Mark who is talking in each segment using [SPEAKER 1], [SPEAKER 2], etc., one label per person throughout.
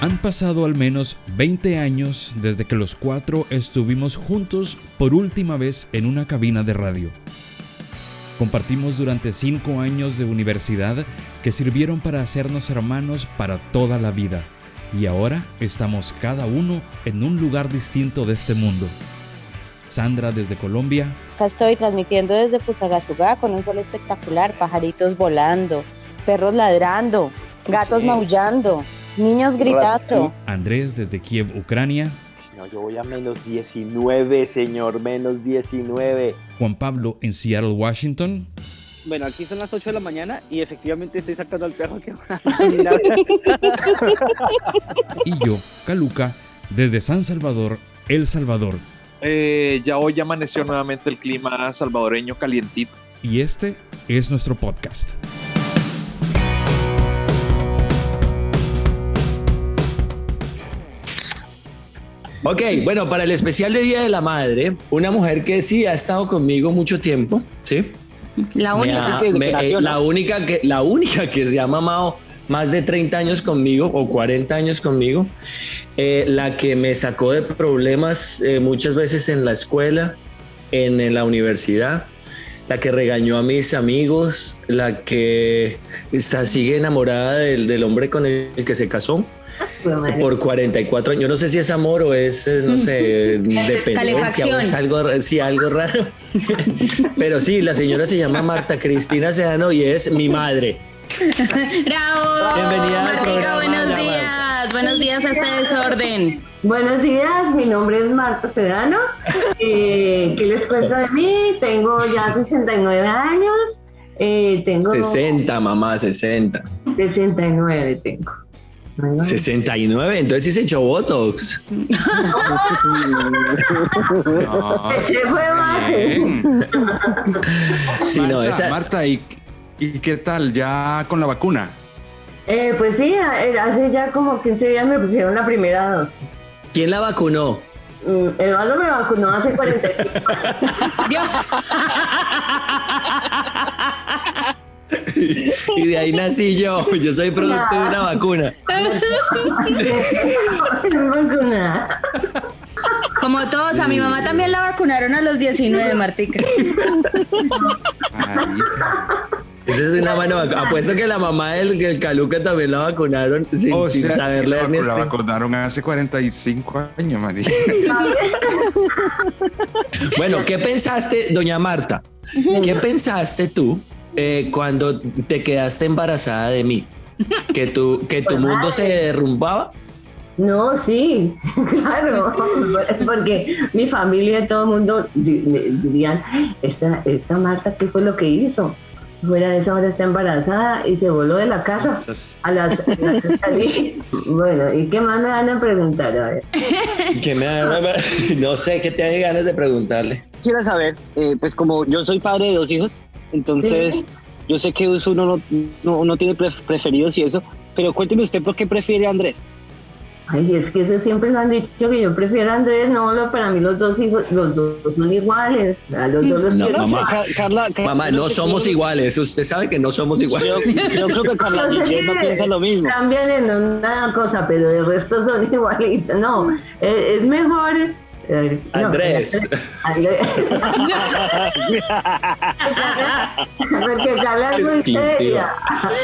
[SPEAKER 1] Han pasado al menos 20 años desde que los cuatro estuvimos juntos por última vez en una cabina de radio. Compartimos durante 5 años de universidad que sirvieron para hacernos hermanos para toda la vida y ahora estamos cada uno en un lugar distinto de este mundo. Sandra desde Colombia.
[SPEAKER 2] Acá estoy transmitiendo desde Fusagasugá con un sol espectacular, pajaritos volando, perros ladrando, gatos sí. maullando, niños gritando.
[SPEAKER 1] Andrés desde Kiev, Ucrania.
[SPEAKER 3] No, yo voy a menos 19, señor, menos 19.
[SPEAKER 1] Juan Pablo en Seattle, Washington.
[SPEAKER 4] Bueno, aquí son las 8 de la mañana y efectivamente estoy sacando al perro que
[SPEAKER 1] Y yo, Caluca, desde San Salvador, El Salvador.
[SPEAKER 5] Eh, ya hoy amaneció nuevamente el clima salvadoreño calientito.
[SPEAKER 1] Y este es nuestro podcast.
[SPEAKER 6] Ok, bueno, para el especial de Día de la Madre, una mujer que sí ha estado conmigo mucho tiempo, ¿sí?
[SPEAKER 2] La única,
[SPEAKER 6] ha, que me, eh, la única que la única que se ha mamado más de 30 años conmigo o 40 años conmigo, eh, la que me sacó de problemas eh, muchas veces en la escuela, en, en, la universidad, la que regañó a mis amigos, la que está, sigue enamorada del, del hombre con el, el que se casó por 44 años. Yo no sé si es amor o es, eh, no sé, dependencia o es algo, sí, algo raro. Pero sí, la señora se llama Marta Cristina Sedano y es mi madre.
[SPEAKER 2] ¡Bravo! Bienvenida Martica, buenos días. Buenos días a este desorden.
[SPEAKER 7] Buenos días, mi nombre es Marta Sedano. Eh, ¿Qué les cuento de mí? Tengo ya 69 años. Eh, tengo
[SPEAKER 6] 60, mamá, 60.
[SPEAKER 7] 69 tengo.
[SPEAKER 6] 69, entonces sí se echó Botox.
[SPEAKER 7] no, se fue base.
[SPEAKER 6] Sí,
[SPEAKER 8] Marta,
[SPEAKER 6] no, esa...
[SPEAKER 8] Marta ¿y, ¿y, qué tal ya con la vacuna?
[SPEAKER 7] Eh, pues sí, hace ya como 15 días me pusieron la primera dosis. Mm,
[SPEAKER 6] ¿Quién la vacunó?
[SPEAKER 7] El balón me vacunó hace 45
[SPEAKER 2] años. Dios.
[SPEAKER 6] y de ahí nací yo. Yo soy producto de una vacuna.
[SPEAKER 2] Como todos, a mi mamá también la vacunaron a los 19, Martica.
[SPEAKER 6] Esa es una mano Apuesto que la mamá del, del Caluca también la vacunaron sin,
[SPEAKER 8] O
[SPEAKER 6] sin
[SPEAKER 8] sea, Oh, sí,
[SPEAKER 6] saberle
[SPEAKER 8] la,
[SPEAKER 6] ni
[SPEAKER 8] la
[SPEAKER 6] este-
[SPEAKER 8] vacunaron hace 45 años, María.
[SPEAKER 6] Bueno, ¿qué pensaste, doña Marta? ¿Qué pensaste tú eh, cuando te quedaste embarazada de mí? ¿Que tu, que
[SPEAKER 4] Pues
[SPEAKER 6] tu mundo se derrumbaba?
[SPEAKER 7] No, sí, claro, porque mi familia, todo el mundo di- di- dirían, esta, esta Marta, ¿qué fue lo que hizo? Fuera de esa hora está embarazada y se voló de la casa a las... a las- bueno, ¿y qué más me van a preguntar? A ver.
[SPEAKER 6] Que me da- no sé, ¿qué te hay ganas de preguntarle?
[SPEAKER 4] Quisiera saber, eh, pues como yo soy padre de dos hijos, entonces
[SPEAKER 7] Sí.
[SPEAKER 4] yo sé que uno no, no, no tiene pre- preferidos y eso, pero cuénteme usted por qué prefiere a Andrés.
[SPEAKER 7] Ay, es que eso siempre me han dicho que yo prefiero a Andrés, no, lo- para mí los dos hijos, los dos son iguales, a los dos los
[SPEAKER 6] No,
[SPEAKER 7] quiero.
[SPEAKER 6] mamá.
[SPEAKER 4] Ca- Carla, Carla-
[SPEAKER 6] Mamá, no somos iguales. Usted sabe que no somos iguales.
[SPEAKER 4] Yo, yo creo que Carla
[SPEAKER 7] Yo sé
[SPEAKER 4] Guillén no
[SPEAKER 7] que
[SPEAKER 4] piensa lo mismo.
[SPEAKER 7] Cambian en una cosa, pero el resto son igualitos. No, es, es mejor. eh, no,
[SPEAKER 6] Andrés.
[SPEAKER 7] Andrés. Porque Carla es muy
[SPEAKER 6] Exclusiva.
[SPEAKER 7] seria.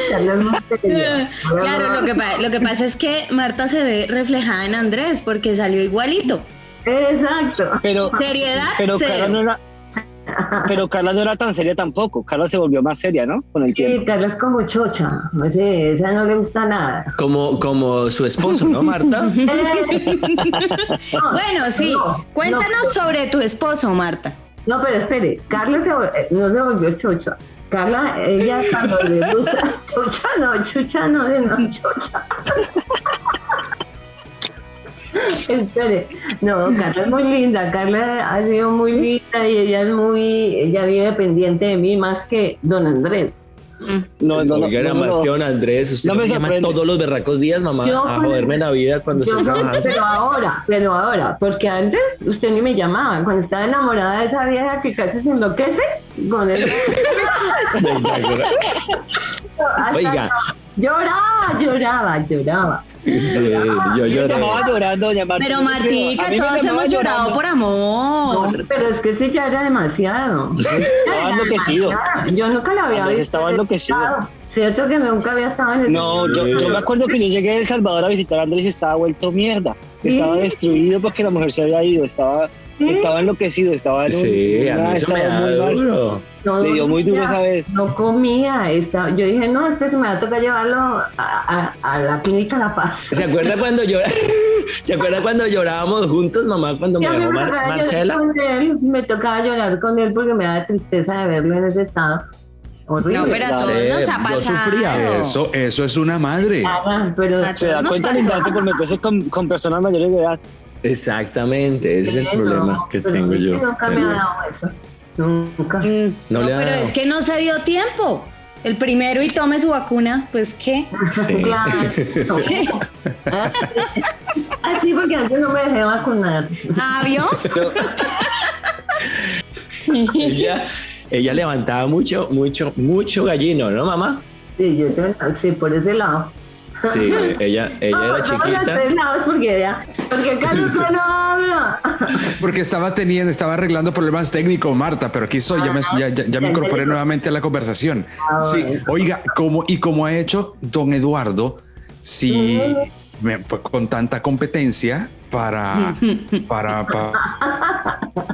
[SPEAKER 7] Carla es muy seria.
[SPEAKER 2] Claro, lo que, pa- lo que pasa es que Marta se ve reflejada en Andrés porque salió igualito.
[SPEAKER 7] Exacto.
[SPEAKER 4] Pero,
[SPEAKER 2] Seriedad
[SPEAKER 4] pero, Carla no
[SPEAKER 2] cero.
[SPEAKER 4] era, pero Carla no era tan seria tampoco. Carla se volvió más seria, ¿no? Con el
[SPEAKER 7] Sí,
[SPEAKER 4] tiempo.
[SPEAKER 7] Carla es como chocha. No sé, esa no le gusta nada.
[SPEAKER 6] Como, como su esposo, ¿no, Marta?
[SPEAKER 7] Eh, no,
[SPEAKER 2] Bueno, sí.
[SPEAKER 7] no,
[SPEAKER 2] Cuéntanos
[SPEAKER 7] no.
[SPEAKER 2] sobre tu esposo, Marta.
[SPEAKER 7] No, pero espere, Carla se vol- eh, no se volvió chocha. Carla, ella cuando le gusta chocha, no, chucha, no, de no, chocha. Espere, no, Carla es muy linda, Carla ha sido muy linda y ella es muy, ella vive pendiente de mí más que don Andrés.
[SPEAKER 4] No, no, no,
[SPEAKER 6] Oiga, nada
[SPEAKER 4] no,
[SPEAKER 6] más
[SPEAKER 4] no.
[SPEAKER 6] que don Andrés. Usted
[SPEAKER 4] No me
[SPEAKER 6] me llama
[SPEAKER 4] sorprende.
[SPEAKER 6] todos los berracos días, mamá,
[SPEAKER 7] Yo
[SPEAKER 6] a
[SPEAKER 7] con-
[SPEAKER 6] joderme la vida cuando
[SPEAKER 7] Yo
[SPEAKER 6] estoy
[SPEAKER 7] no,
[SPEAKER 6] trabajando.
[SPEAKER 7] pero ahora, pero ahora, porque antes usted ni me llamaba, cuando estaba enamorada de esa vieja que casi se enloquece, con él.
[SPEAKER 6] Oiga,
[SPEAKER 7] Lloraba, lloraba, lloraba.
[SPEAKER 6] Sí, yo
[SPEAKER 4] Yo
[SPEAKER 6] lloré.
[SPEAKER 4] llamaba llorando, doña Marta.
[SPEAKER 9] Pero
[SPEAKER 4] A
[SPEAKER 9] Martica,
[SPEAKER 4] mí me
[SPEAKER 9] todos
[SPEAKER 4] llamaba
[SPEAKER 9] hemos llorado
[SPEAKER 4] llorando.
[SPEAKER 9] por amor.
[SPEAKER 7] No, pero es que ese ya era demasiado.
[SPEAKER 4] Estaba enloquecido.
[SPEAKER 7] Ah, Yo nunca lo había
[SPEAKER 4] Pues Andrés
[SPEAKER 7] visto.
[SPEAKER 4] estaba
[SPEAKER 7] en ese
[SPEAKER 4] enloquecido.
[SPEAKER 7] estado. Cierto que nunca había estado en ese
[SPEAKER 4] No, yo, yo me acuerdo que yo llegué de El Salvador a visitar a Andrés y estaba vuelto mierda. Estaba
[SPEAKER 9] Mm.
[SPEAKER 7] Sí.
[SPEAKER 4] destruido porque la mujer se había ido. Estaba,
[SPEAKER 7] Sí.
[SPEAKER 4] estaba enloquecido. Estaba en un-
[SPEAKER 6] Sí, a
[SPEAKER 4] ah,
[SPEAKER 6] mí eso me
[SPEAKER 4] estaba
[SPEAKER 6] da
[SPEAKER 4] muy mal.
[SPEAKER 6] duro.
[SPEAKER 7] No
[SPEAKER 4] Le dio muy duro
[SPEAKER 7] dormía,
[SPEAKER 4] esa vez.
[SPEAKER 7] No comía. Estaba, yo dije, no, este se me va a tocar llevarlo a, a- a la clínica La Paz.
[SPEAKER 6] ¿Se acuerda cuando llora? ¿Se acuerda cuando llorábamos juntos, mamá, cuando me
[SPEAKER 7] Y a mí
[SPEAKER 6] dejó
[SPEAKER 7] me
[SPEAKER 6] Mar-
[SPEAKER 7] tocaba llorar
[SPEAKER 6] Marcela?
[SPEAKER 7] con él, me tocaba llorar con él porque me daba tristeza de verlo en ese estado. Horrible.
[SPEAKER 9] No, pero a
[SPEAKER 4] Sí,
[SPEAKER 9] todos nos ha
[SPEAKER 6] yo
[SPEAKER 9] pasado.
[SPEAKER 6] sufría
[SPEAKER 8] Eso, eso es una madre.
[SPEAKER 7] Ah, pero
[SPEAKER 9] A
[SPEAKER 4] Se da
[SPEAKER 9] nos
[SPEAKER 4] cuenta el
[SPEAKER 9] pasó.
[SPEAKER 4] instante por meterse con, con personas mayores de edad.
[SPEAKER 6] Exactamente, ese es el
[SPEAKER 7] no,
[SPEAKER 6] problema que
[SPEAKER 7] pero
[SPEAKER 6] tengo yo.
[SPEAKER 7] Nunca me ha dado eso. Nunca.
[SPEAKER 9] Mm,
[SPEAKER 6] No
[SPEAKER 9] No,
[SPEAKER 6] le ha
[SPEAKER 9] pero
[SPEAKER 6] dado.
[SPEAKER 9] es que no se dio tiempo. El primero y tome su vacuna, pues qué.
[SPEAKER 6] Sí.
[SPEAKER 7] Claro. Así porque antes no me dejé vacunar.
[SPEAKER 9] Ah, ¿vio?
[SPEAKER 6] Ella, ella levantaba mucho, mucho, mucho gallino, ¿no, mamá?
[SPEAKER 7] Sí, yo te- sí, por ese lado.
[SPEAKER 6] Sí, ella, ella
[SPEAKER 7] No,
[SPEAKER 6] era
[SPEAKER 7] no, por los
[SPEAKER 6] chiquita.
[SPEAKER 7] tres lados porque ya, porque Carlos no habla.
[SPEAKER 8] Porque estaba teniendo, estaba arreglando problemas técnicos, Marta, pero aquí soy, ya me, ya- ya- ya me incorporé nuevamente a la conversación. Sí, oiga, ¿cómo, ¿y cómo ha hecho don Eduardo si me- pues, con tanta competencia para... para, pa- para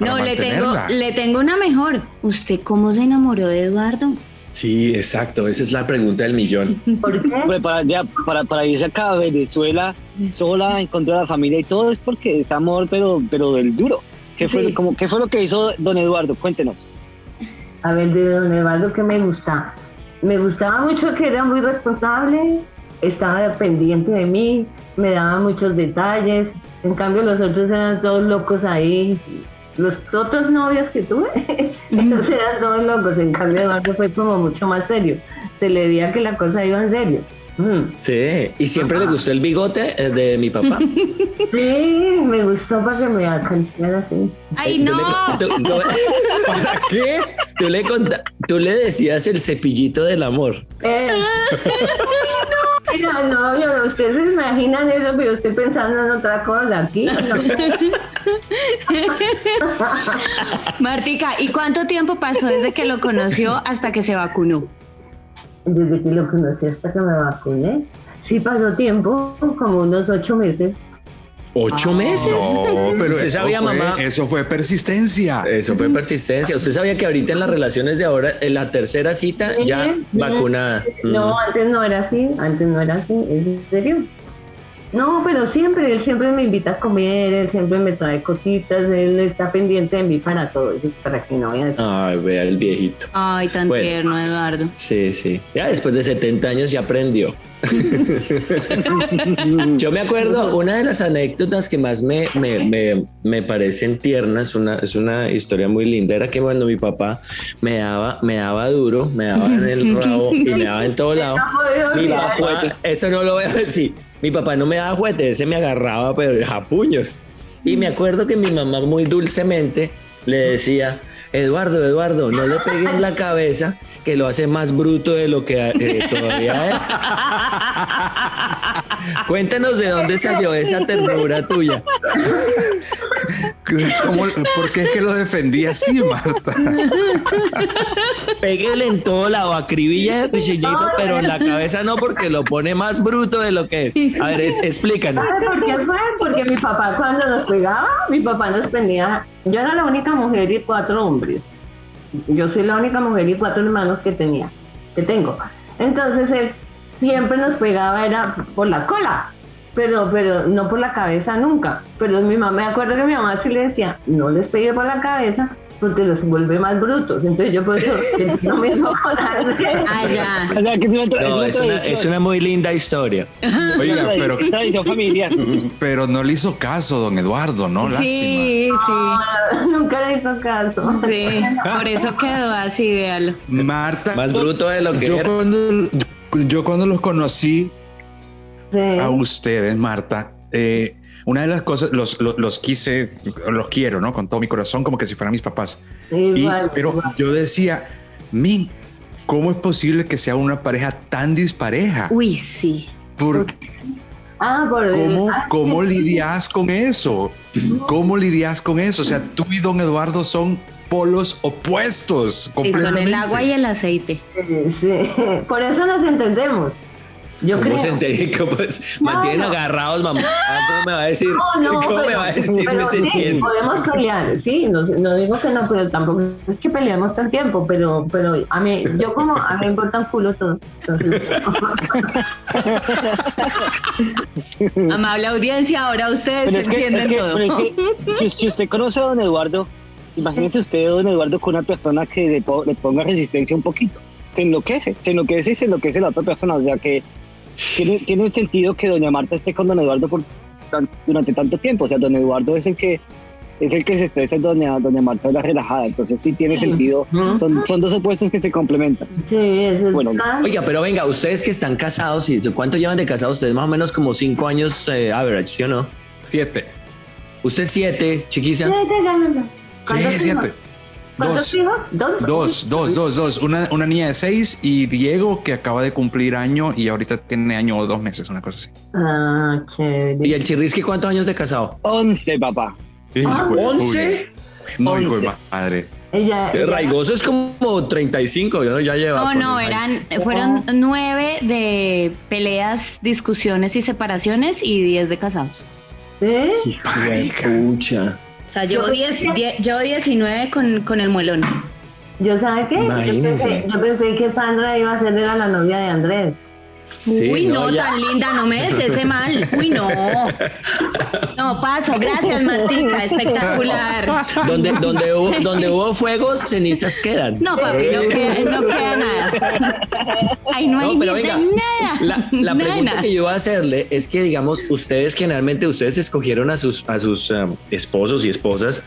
[SPEAKER 9] No, le tengo,
[SPEAKER 8] mantenerla?
[SPEAKER 9] le tengo una mejor. ¿Usted cómo se enamoró de Eduardo?
[SPEAKER 6] Sí, exacto, esa es la pregunta del millón.
[SPEAKER 7] ¿Por qué?
[SPEAKER 4] Hombre, para, ya, para, para irse acá a Venezuela sola, encontrar a la familia y todo es porque es amor, pero, pero del duro. ¿Qué fue,
[SPEAKER 9] Sí.
[SPEAKER 4] como, ¿Qué fue lo que hizo don Eduardo? Cuéntenos.
[SPEAKER 7] A ver, de don Eduardo, ¿qué me gusta? Me gustaba mucho que era muy responsable, estaba pendiente de mí, me daba muchos detalles. En cambio, los otros eran todos locos ahí. Los otros novios que tuve, entonces eran todos locos. En cambio, Eduardo fue como mucho más serio. Se le veía que la cosa iba en serio. Mm.
[SPEAKER 6] Sí, y siempre le gustó el bigote eh, de mi papá.
[SPEAKER 7] Sí, me gustó para que me alcanzara así.
[SPEAKER 9] ¡Ay,
[SPEAKER 6] Eh, tú
[SPEAKER 9] no!
[SPEAKER 6] le- tú- tú-
[SPEAKER 8] ¿Qué?
[SPEAKER 6] tú le conta- tú le decías el cepillito del amor.
[SPEAKER 7] Eh. Mira, no, yo, ustedes se imaginan eso, pero yo estoy pensando en otra cosa aquí. No.
[SPEAKER 9] Martica, ¿y cuánto tiempo pasó desde que lo conoció hasta que se vacunó?
[SPEAKER 7] Desde que lo conocí hasta que me vacuné, sí pasó tiempo, como unos ocho meses.
[SPEAKER 6] ¿Ocho meses?
[SPEAKER 8] No, pero
[SPEAKER 6] ¿Usted
[SPEAKER 8] eso,
[SPEAKER 6] sabía,
[SPEAKER 8] fue,
[SPEAKER 6] mamá?
[SPEAKER 8] eso fue persistencia.
[SPEAKER 6] Eso fue persistencia. ¿Usted sabía que ahorita en las relaciones de ahora, en la tercera cita,
[SPEAKER 7] Sí,
[SPEAKER 6] ya
[SPEAKER 7] sí.
[SPEAKER 6] vacunada?
[SPEAKER 7] No, antes no era así, antes no era así, en serio. No, pero siempre, él siempre me invita a comer, él siempre me trae cositas, él está pendiente de mí para todo eso, para que no vaya a
[SPEAKER 6] Mm. Ay, vea el viejito.
[SPEAKER 9] Ay, tan
[SPEAKER 6] Bueno.
[SPEAKER 9] tierno, Eduardo.
[SPEAKER 6] Sí, sí. Ya después de 70 años ya aprendió. Yo me acuerdo, una de las anécdotas que más me, me, me- me parecen tiernas, una, es una historia muy linda, era que cuando mi papá me daba, me daba duro, me daba en el rabo y me daba en todo lado.
[SPEAKER 7] No puedo
[SPEAKER 6] Mi
[SPEAKER 7] olvidar.
[SPEAKER 6] papá, ah, eso no lo voy a decir. Mi papá no me daba juguete, ese me agarraba, pero a puños. Y me acuerdo que mi mamá muy dulcemente le decía, Eduardo, Eduardo, no le peguen la cabeza, que lo hace más bruto de lo que eh, todavía es. Cuéntanos de dónde salió esa ternura tuya.
[SPEAKER 8] ¿Cómo- ¿Por qué es que lo defendía así, Marta?
[SPEAKER 6] Pégale en todo lado, acribilla de cuchillito, pero en la cabeza no, porque lo pone más bruto de lo que es. A ver, es- explícanos.
[SPEAKER 7] ¿Sabe por qué fue? Porque mi papá cuando nos pegaba, mi papá nos tenía, yo era la única mujer y cuatro hombres. Yo soy la única mujer y cuatro hermanos que tenía, que tengo. Entonces él siempre nos pegaba era por la cola, pero, pero no por la cabeza nunca. Pero mi mamá, me acuerdo que mi mamá sí le decía, no les pegue por la cabeza porque los vuelve más brutos. Entonces yo pues, por eso no me enojo nada.
[SPEAKER 9] Ah, ya.
[SPEAKER 4] O sea, que es una, tra-
[SPEAKER 6] No,
[SPEAKER 4] es
[SPEAKER 6] es una,
[SPEAKER 4] tradición.
[SPEAKER 6] es una muy linda historia.
[SPEAKER 8] Oiga,
[SPEAKER 4] tradición,
[SPEAKER 8] pero,
[SPEAKER 4] es tradición familiar.
[SPEAKER 8] pero no le hizo caso, don Eduardo, ¿no? Lástima.
[SPEAKER 9] Sí, sí,
[SPEAKER 7] Nunca le hizo caso.
[SPEAKER 9] sí. Por eso quedó así, véalo.
[SPEAKER 8] Marta,
[SPEAKER 6] Más bruto de lo que
[SPEAKER 8] yo
[SPEAKER 6] era.
[SPEAKER 8] cuando, yo cuando los conocí
[SPEAKER 7] Sí.
[SPEAKER 8] a ustedes, Marta, eh, una de las cosas, los, los, los quise, los quiero, ¿no? Con todo mi corazón, como que si fueran mis papás. Y-
[SPEAKER 7] Igual,
[SPEAKER 8] pero
[SPEAKER 7] igual.
[SPEAKER 8] yo decía, Min, ¿Cómo es posible que sea una pareja tan dispareja?
[SPEAKER 9] Uy, sí.
[SPEAKER 8] ¿Por
[SPEAKER 7] Ah, por el-
[SPEAKER 8] ¿Cómo,
[SPEAKER 7] ah,
[SPEAKER 8] cómo
[SPEAKER 7] sí.
[SPEAKER 8] lidias con eso? ¿Cómo lidias con eso? O sea, tú y don Eduardo son polos opuestos
[SPEAKER 9] Sí,
[SPEAKER 8] completamente.
[SPEAKER 9] con el agua y el aceite.
[SPEAKER 7] Eh, Sí, sí. Por eso nos entendemos. Yo
[SPEAKER 6] ¿Cómo
[SPEAKER 7] creo.
[SPEAKER 6] se entiende? ¿Cómo es? mantienen
[SPEAKER 7] No, no.
[SPEAKER 6] agarrados, mamá. Ah, ¿Cómo me va a decir?
[SPEAKER 7] No, no,
[SPEAKER 6] ¿Cómo me
[SPEAKER 7] pero-
[SPEAKER 6] va a decir?
[SPEAKER 7] pero
[SPEAKER 6] me se
[SPEAKER 7] sí,
[SPEAKER 6] entiende.
[SPEAKER 7] podemos pelear, sí, no, no digo que no, pero tampoco es que peleamos todo el tiempo, pero, pero a mí, yo como, a mí me importa un culo todo. Entonces,
[SPEAKER 9] Amable audiencia, ahora ustedes
[SPEAKER 4] Mm. Pero es que-
[SPEAKER 9] entienden
[SPEAKER 4] es que-
[SPEAKER 9] todo.
[SPEAKER 4] pero es que si, si usted conoce a don Eduardo, imagínese usted don Eduardo con una persona que le, po- le ponga resistencia un poquito. Se enloquece, se enloquece y se enloquece la otra persona. O sea que tiene, tiene sentido que doña Marta esté con don Eduardo por tan- durante tanto tiempo. O sea, don Eduardo es el que es el que se estresa y doña, doña Marta es la relajada. Entonces sí tiene sentido.
[SPEAKER 7] Ujú.
[SPEAKER 4] Son, son dos opuestos que se complementan.
[SPEAKER 7] sí, eso es
[SPEAKER 4] Bueno,
[SPEAKER 7] tan-
[SPEAKER 6] Oiga, pero venga, ustedes que están casados, y ¿cuánto llevan de casados? Ustedes más o menos como cinco años eh, average, ¿sí o no?
[SPEAKER 8] Siete.
[SPEAKER 6] Usted siete, chiquisa.
[SPEAKER 7] Ay, qué gana.
[SPEAKER 8] Sí,
[SPEAKER 7] ¿Cuántos
[SPEAKER 8] siete.
[SPEAKER 7] hijos? ¿Cuántos
[SPEAKER 8] Dos.
[SPEAKER 7] hijos? Dos.
[SPEAKER 8] Dos, dos, dos, dos. Una, una niña de seis y Diego que acaba de cumplir año y ahorita tiene año o dos meses, una cosa así.
[SPEAKER 7] Ah, chévere.
[SPEAKER 6] ¿Y el chirrisque cuántos años de casado?
[SPEAKER 4] Once, papá.
[SPEAKER 7] Ah,
[SPEAKER 8] Hijo de
[SPEAKER 6] ¿Once?
[SPEAKER 8] puya. No, hijo de
[SPEAKER 4] Once.
[SPEAKER 8] madre.
[SPEAKER 7] Ella,
[SPEAKER 6] Eh,
[SPEAKER 7] ella-
[SPEAKER 6] Raigoso es como 35, yo no, ya lleva.
[SPEAKER 9] No,
[SPEAKER 6] por
[SPEAKER 9] no,
[SPEAKER 6] el-
[SPEAKER 9] eran, fueron nueve de peleas, discusiones y separaciones y diez de casados.
[SPEAKER 7] ¿Sí?
[SPEAKER 8] Marica.
[SPEAKER 6] Pucha.
[SPEAKER 9] O sea, llevo, diez, die- llevo 19 con, con el muelón.
[SPEAKER 7] ¿Yo sabe qué? Yo
[SPEAKER 6] Imagínese.
[SPEAKER 7] pensé, yo pensé que Sandra iba a ser era la novia de Andrés.
[SPEAKER 6] Sí,
[SPEAKER 9] Uy, no,
[SPEAKER 6] no, ya.
[SPEAKER 9] tan linda, no me des ese mal. Uy, no. No, paso. Gracias, Martica, espectacular.
[SPEAKER 6] Donde, donde, hubo, donde hubo fuegos, cenizas quedan.
[SPEAKER 9] No, papi, no queda, no queda nada. Ahí no hay
[SPEAKER 6] No, pero
[SPEAKER 9] ni de
[SPEAKER 6] venga,
[SPEAKER 9] nada.
[SPEAKER 6] La, la pregunta
[SPEAKER 9] Nada.
[SPEAKER 6] que yo iba a hacerle es que, digamos, ustedes generalmente, ustedes escogieron a sus, a sus um, esposos y esposas,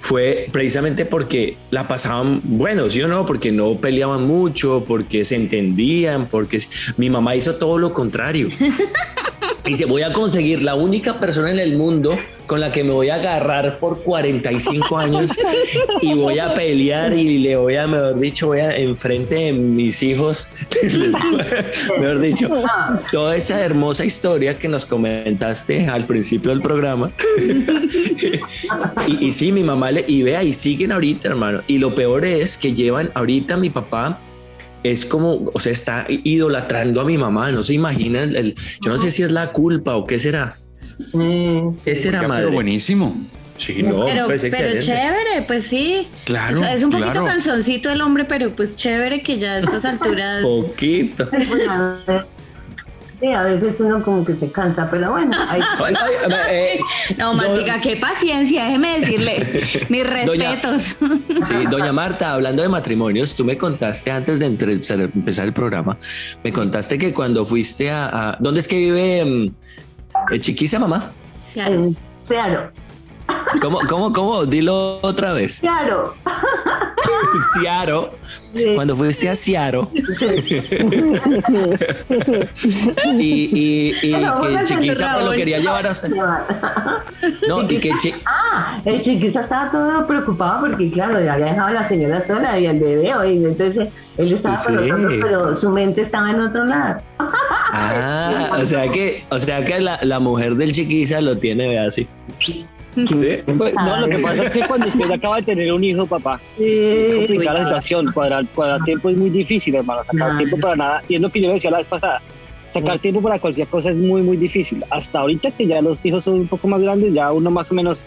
[SPEAKER 6] fue precisamente porque la pasaban bueno, ¿sí o no? Porque no peleaban mucho, porque se entendían, porque s- mi mamá hizo todo lo contrario. Dice, voy a conseguir la única persona en el mundo con la que me voy a agarrar por 45 años y voy a pelear y le voy a, mejor dicho, voy a enfrente de mis hijos, les voy- mejor dicho,
[SPEAKER 7] Ah,
[SPEAKER 6] toda esa hermosa historia que nos comentaste al principio del programa. y, y sí, mi mamá le, y vea, y siguen ahorita, hermano. Y lo peor es que llevan ahorita mi papá. Es como, o sea, está idolatrando a mi mamá, no se imagina, el- el- yo no sé si es la culpa o qué será.
[SPEAKER 7] sí,
[SPEAKER 6] ¿Qué
[SPEAKER 8] Oiga,
[SPEAKER 6] será,
[SPEAKER 8] pero
[SPEAKER 6] madre?
[SPEAKER 8] buenísimo.
[SPEAKER 6] Sí, no,
[SPEAKER 9] pero,
[SPEAKER 6] pues
[SPEAKER 9] pero
[SPEAKER 6] excelente.
[SPEAKER 9] chévere, pues sí.
[SPEAKER 8] Claro.
[SPEAKER 9] O sea, es un poquito
[SPEAKER 8] claro.
[SPEAKER 9] canzoncito el hombre, pero pues chévere que ya a estas alturas.
[SPEAKER 6] Poquito.
[SPEAKER 7] sí, pues, a ver. Sí, a veces uno como que se cansa, pero bueno, ahí
[SPEAKER 6] Ay, ay, eh,
[SPEAKER 9] No, Martica, qué paciencia, déjeme decirle. Mis
[SPEAKER 6] Doña-
[SPEAKER 9] respetos.
[SPEAKER 6] Sí, doña Marta, hablando de matrimonios, tú me contaste antes de entre- empezar el programa, me contaste que cuando fuiste a... a- ¿Dónde es que vive mm, eh, Chiquisa, mamá?
[SPEAKER 9] Claro.
[SPEAKER 7] en Searo.
[SPEAKER 6] ¿Cómo, cómo, cómo? Dilo otra vez.
[SPEAKER 7] Searo.
[SPEAKER 6] Ciaro.
[SPEAKER 7] Sí,
[SPEAKER 6] Cuando fuiste a Ciaro
[SPEAKER 7] sí.
[SPEAKER 6] y, y- y
[SPEAKER 7] Pero
[SPEAKER 6] que
[SPEAKER 7] bueno,
[SPEAKER 6] Chiquisa
[SPEAKER 7] Raúl,
[SPEAKER 6] pues, lo quería llevar a... No, y que... Chi-
[SPEAKER 7] Ah, el chiquisa estaba todo preocupado porque, claro, le había dejado a la señora sola y al bebé, oye, entonces él estaba con
[SPEAKER 6] Sí.
[SPEAKER 7] nosotros, pero su mente estaba en otro lado.
[SPEAKER 6] Ah, o sea que, o sea que la, la mujer del Chiquisa lo tiene vea, así. ¿Sí?
[SPEAKER 4] Pues, no, lo que pasa es que cuando usted acaba de tener un hijo, papá,
[SPEAKER 7] Sí.
[SPEAKER 4] complicar la
[SPEAKER 9] Uy, sí.
[SPEAKER 4] situación. Cuadrar, cuadrar tiempo es muy difícil, hermano. Sacar
[SPEAKER 7] Claro.
[SPEAKER 4] tiempo para nada. Y es lo que yo le decía la vez pasada. Sacar tiempo para cualquier cosa es muy, muy difícil. Hasta ahorita que ya los hijos son un poco más grandes, ya uno más o menos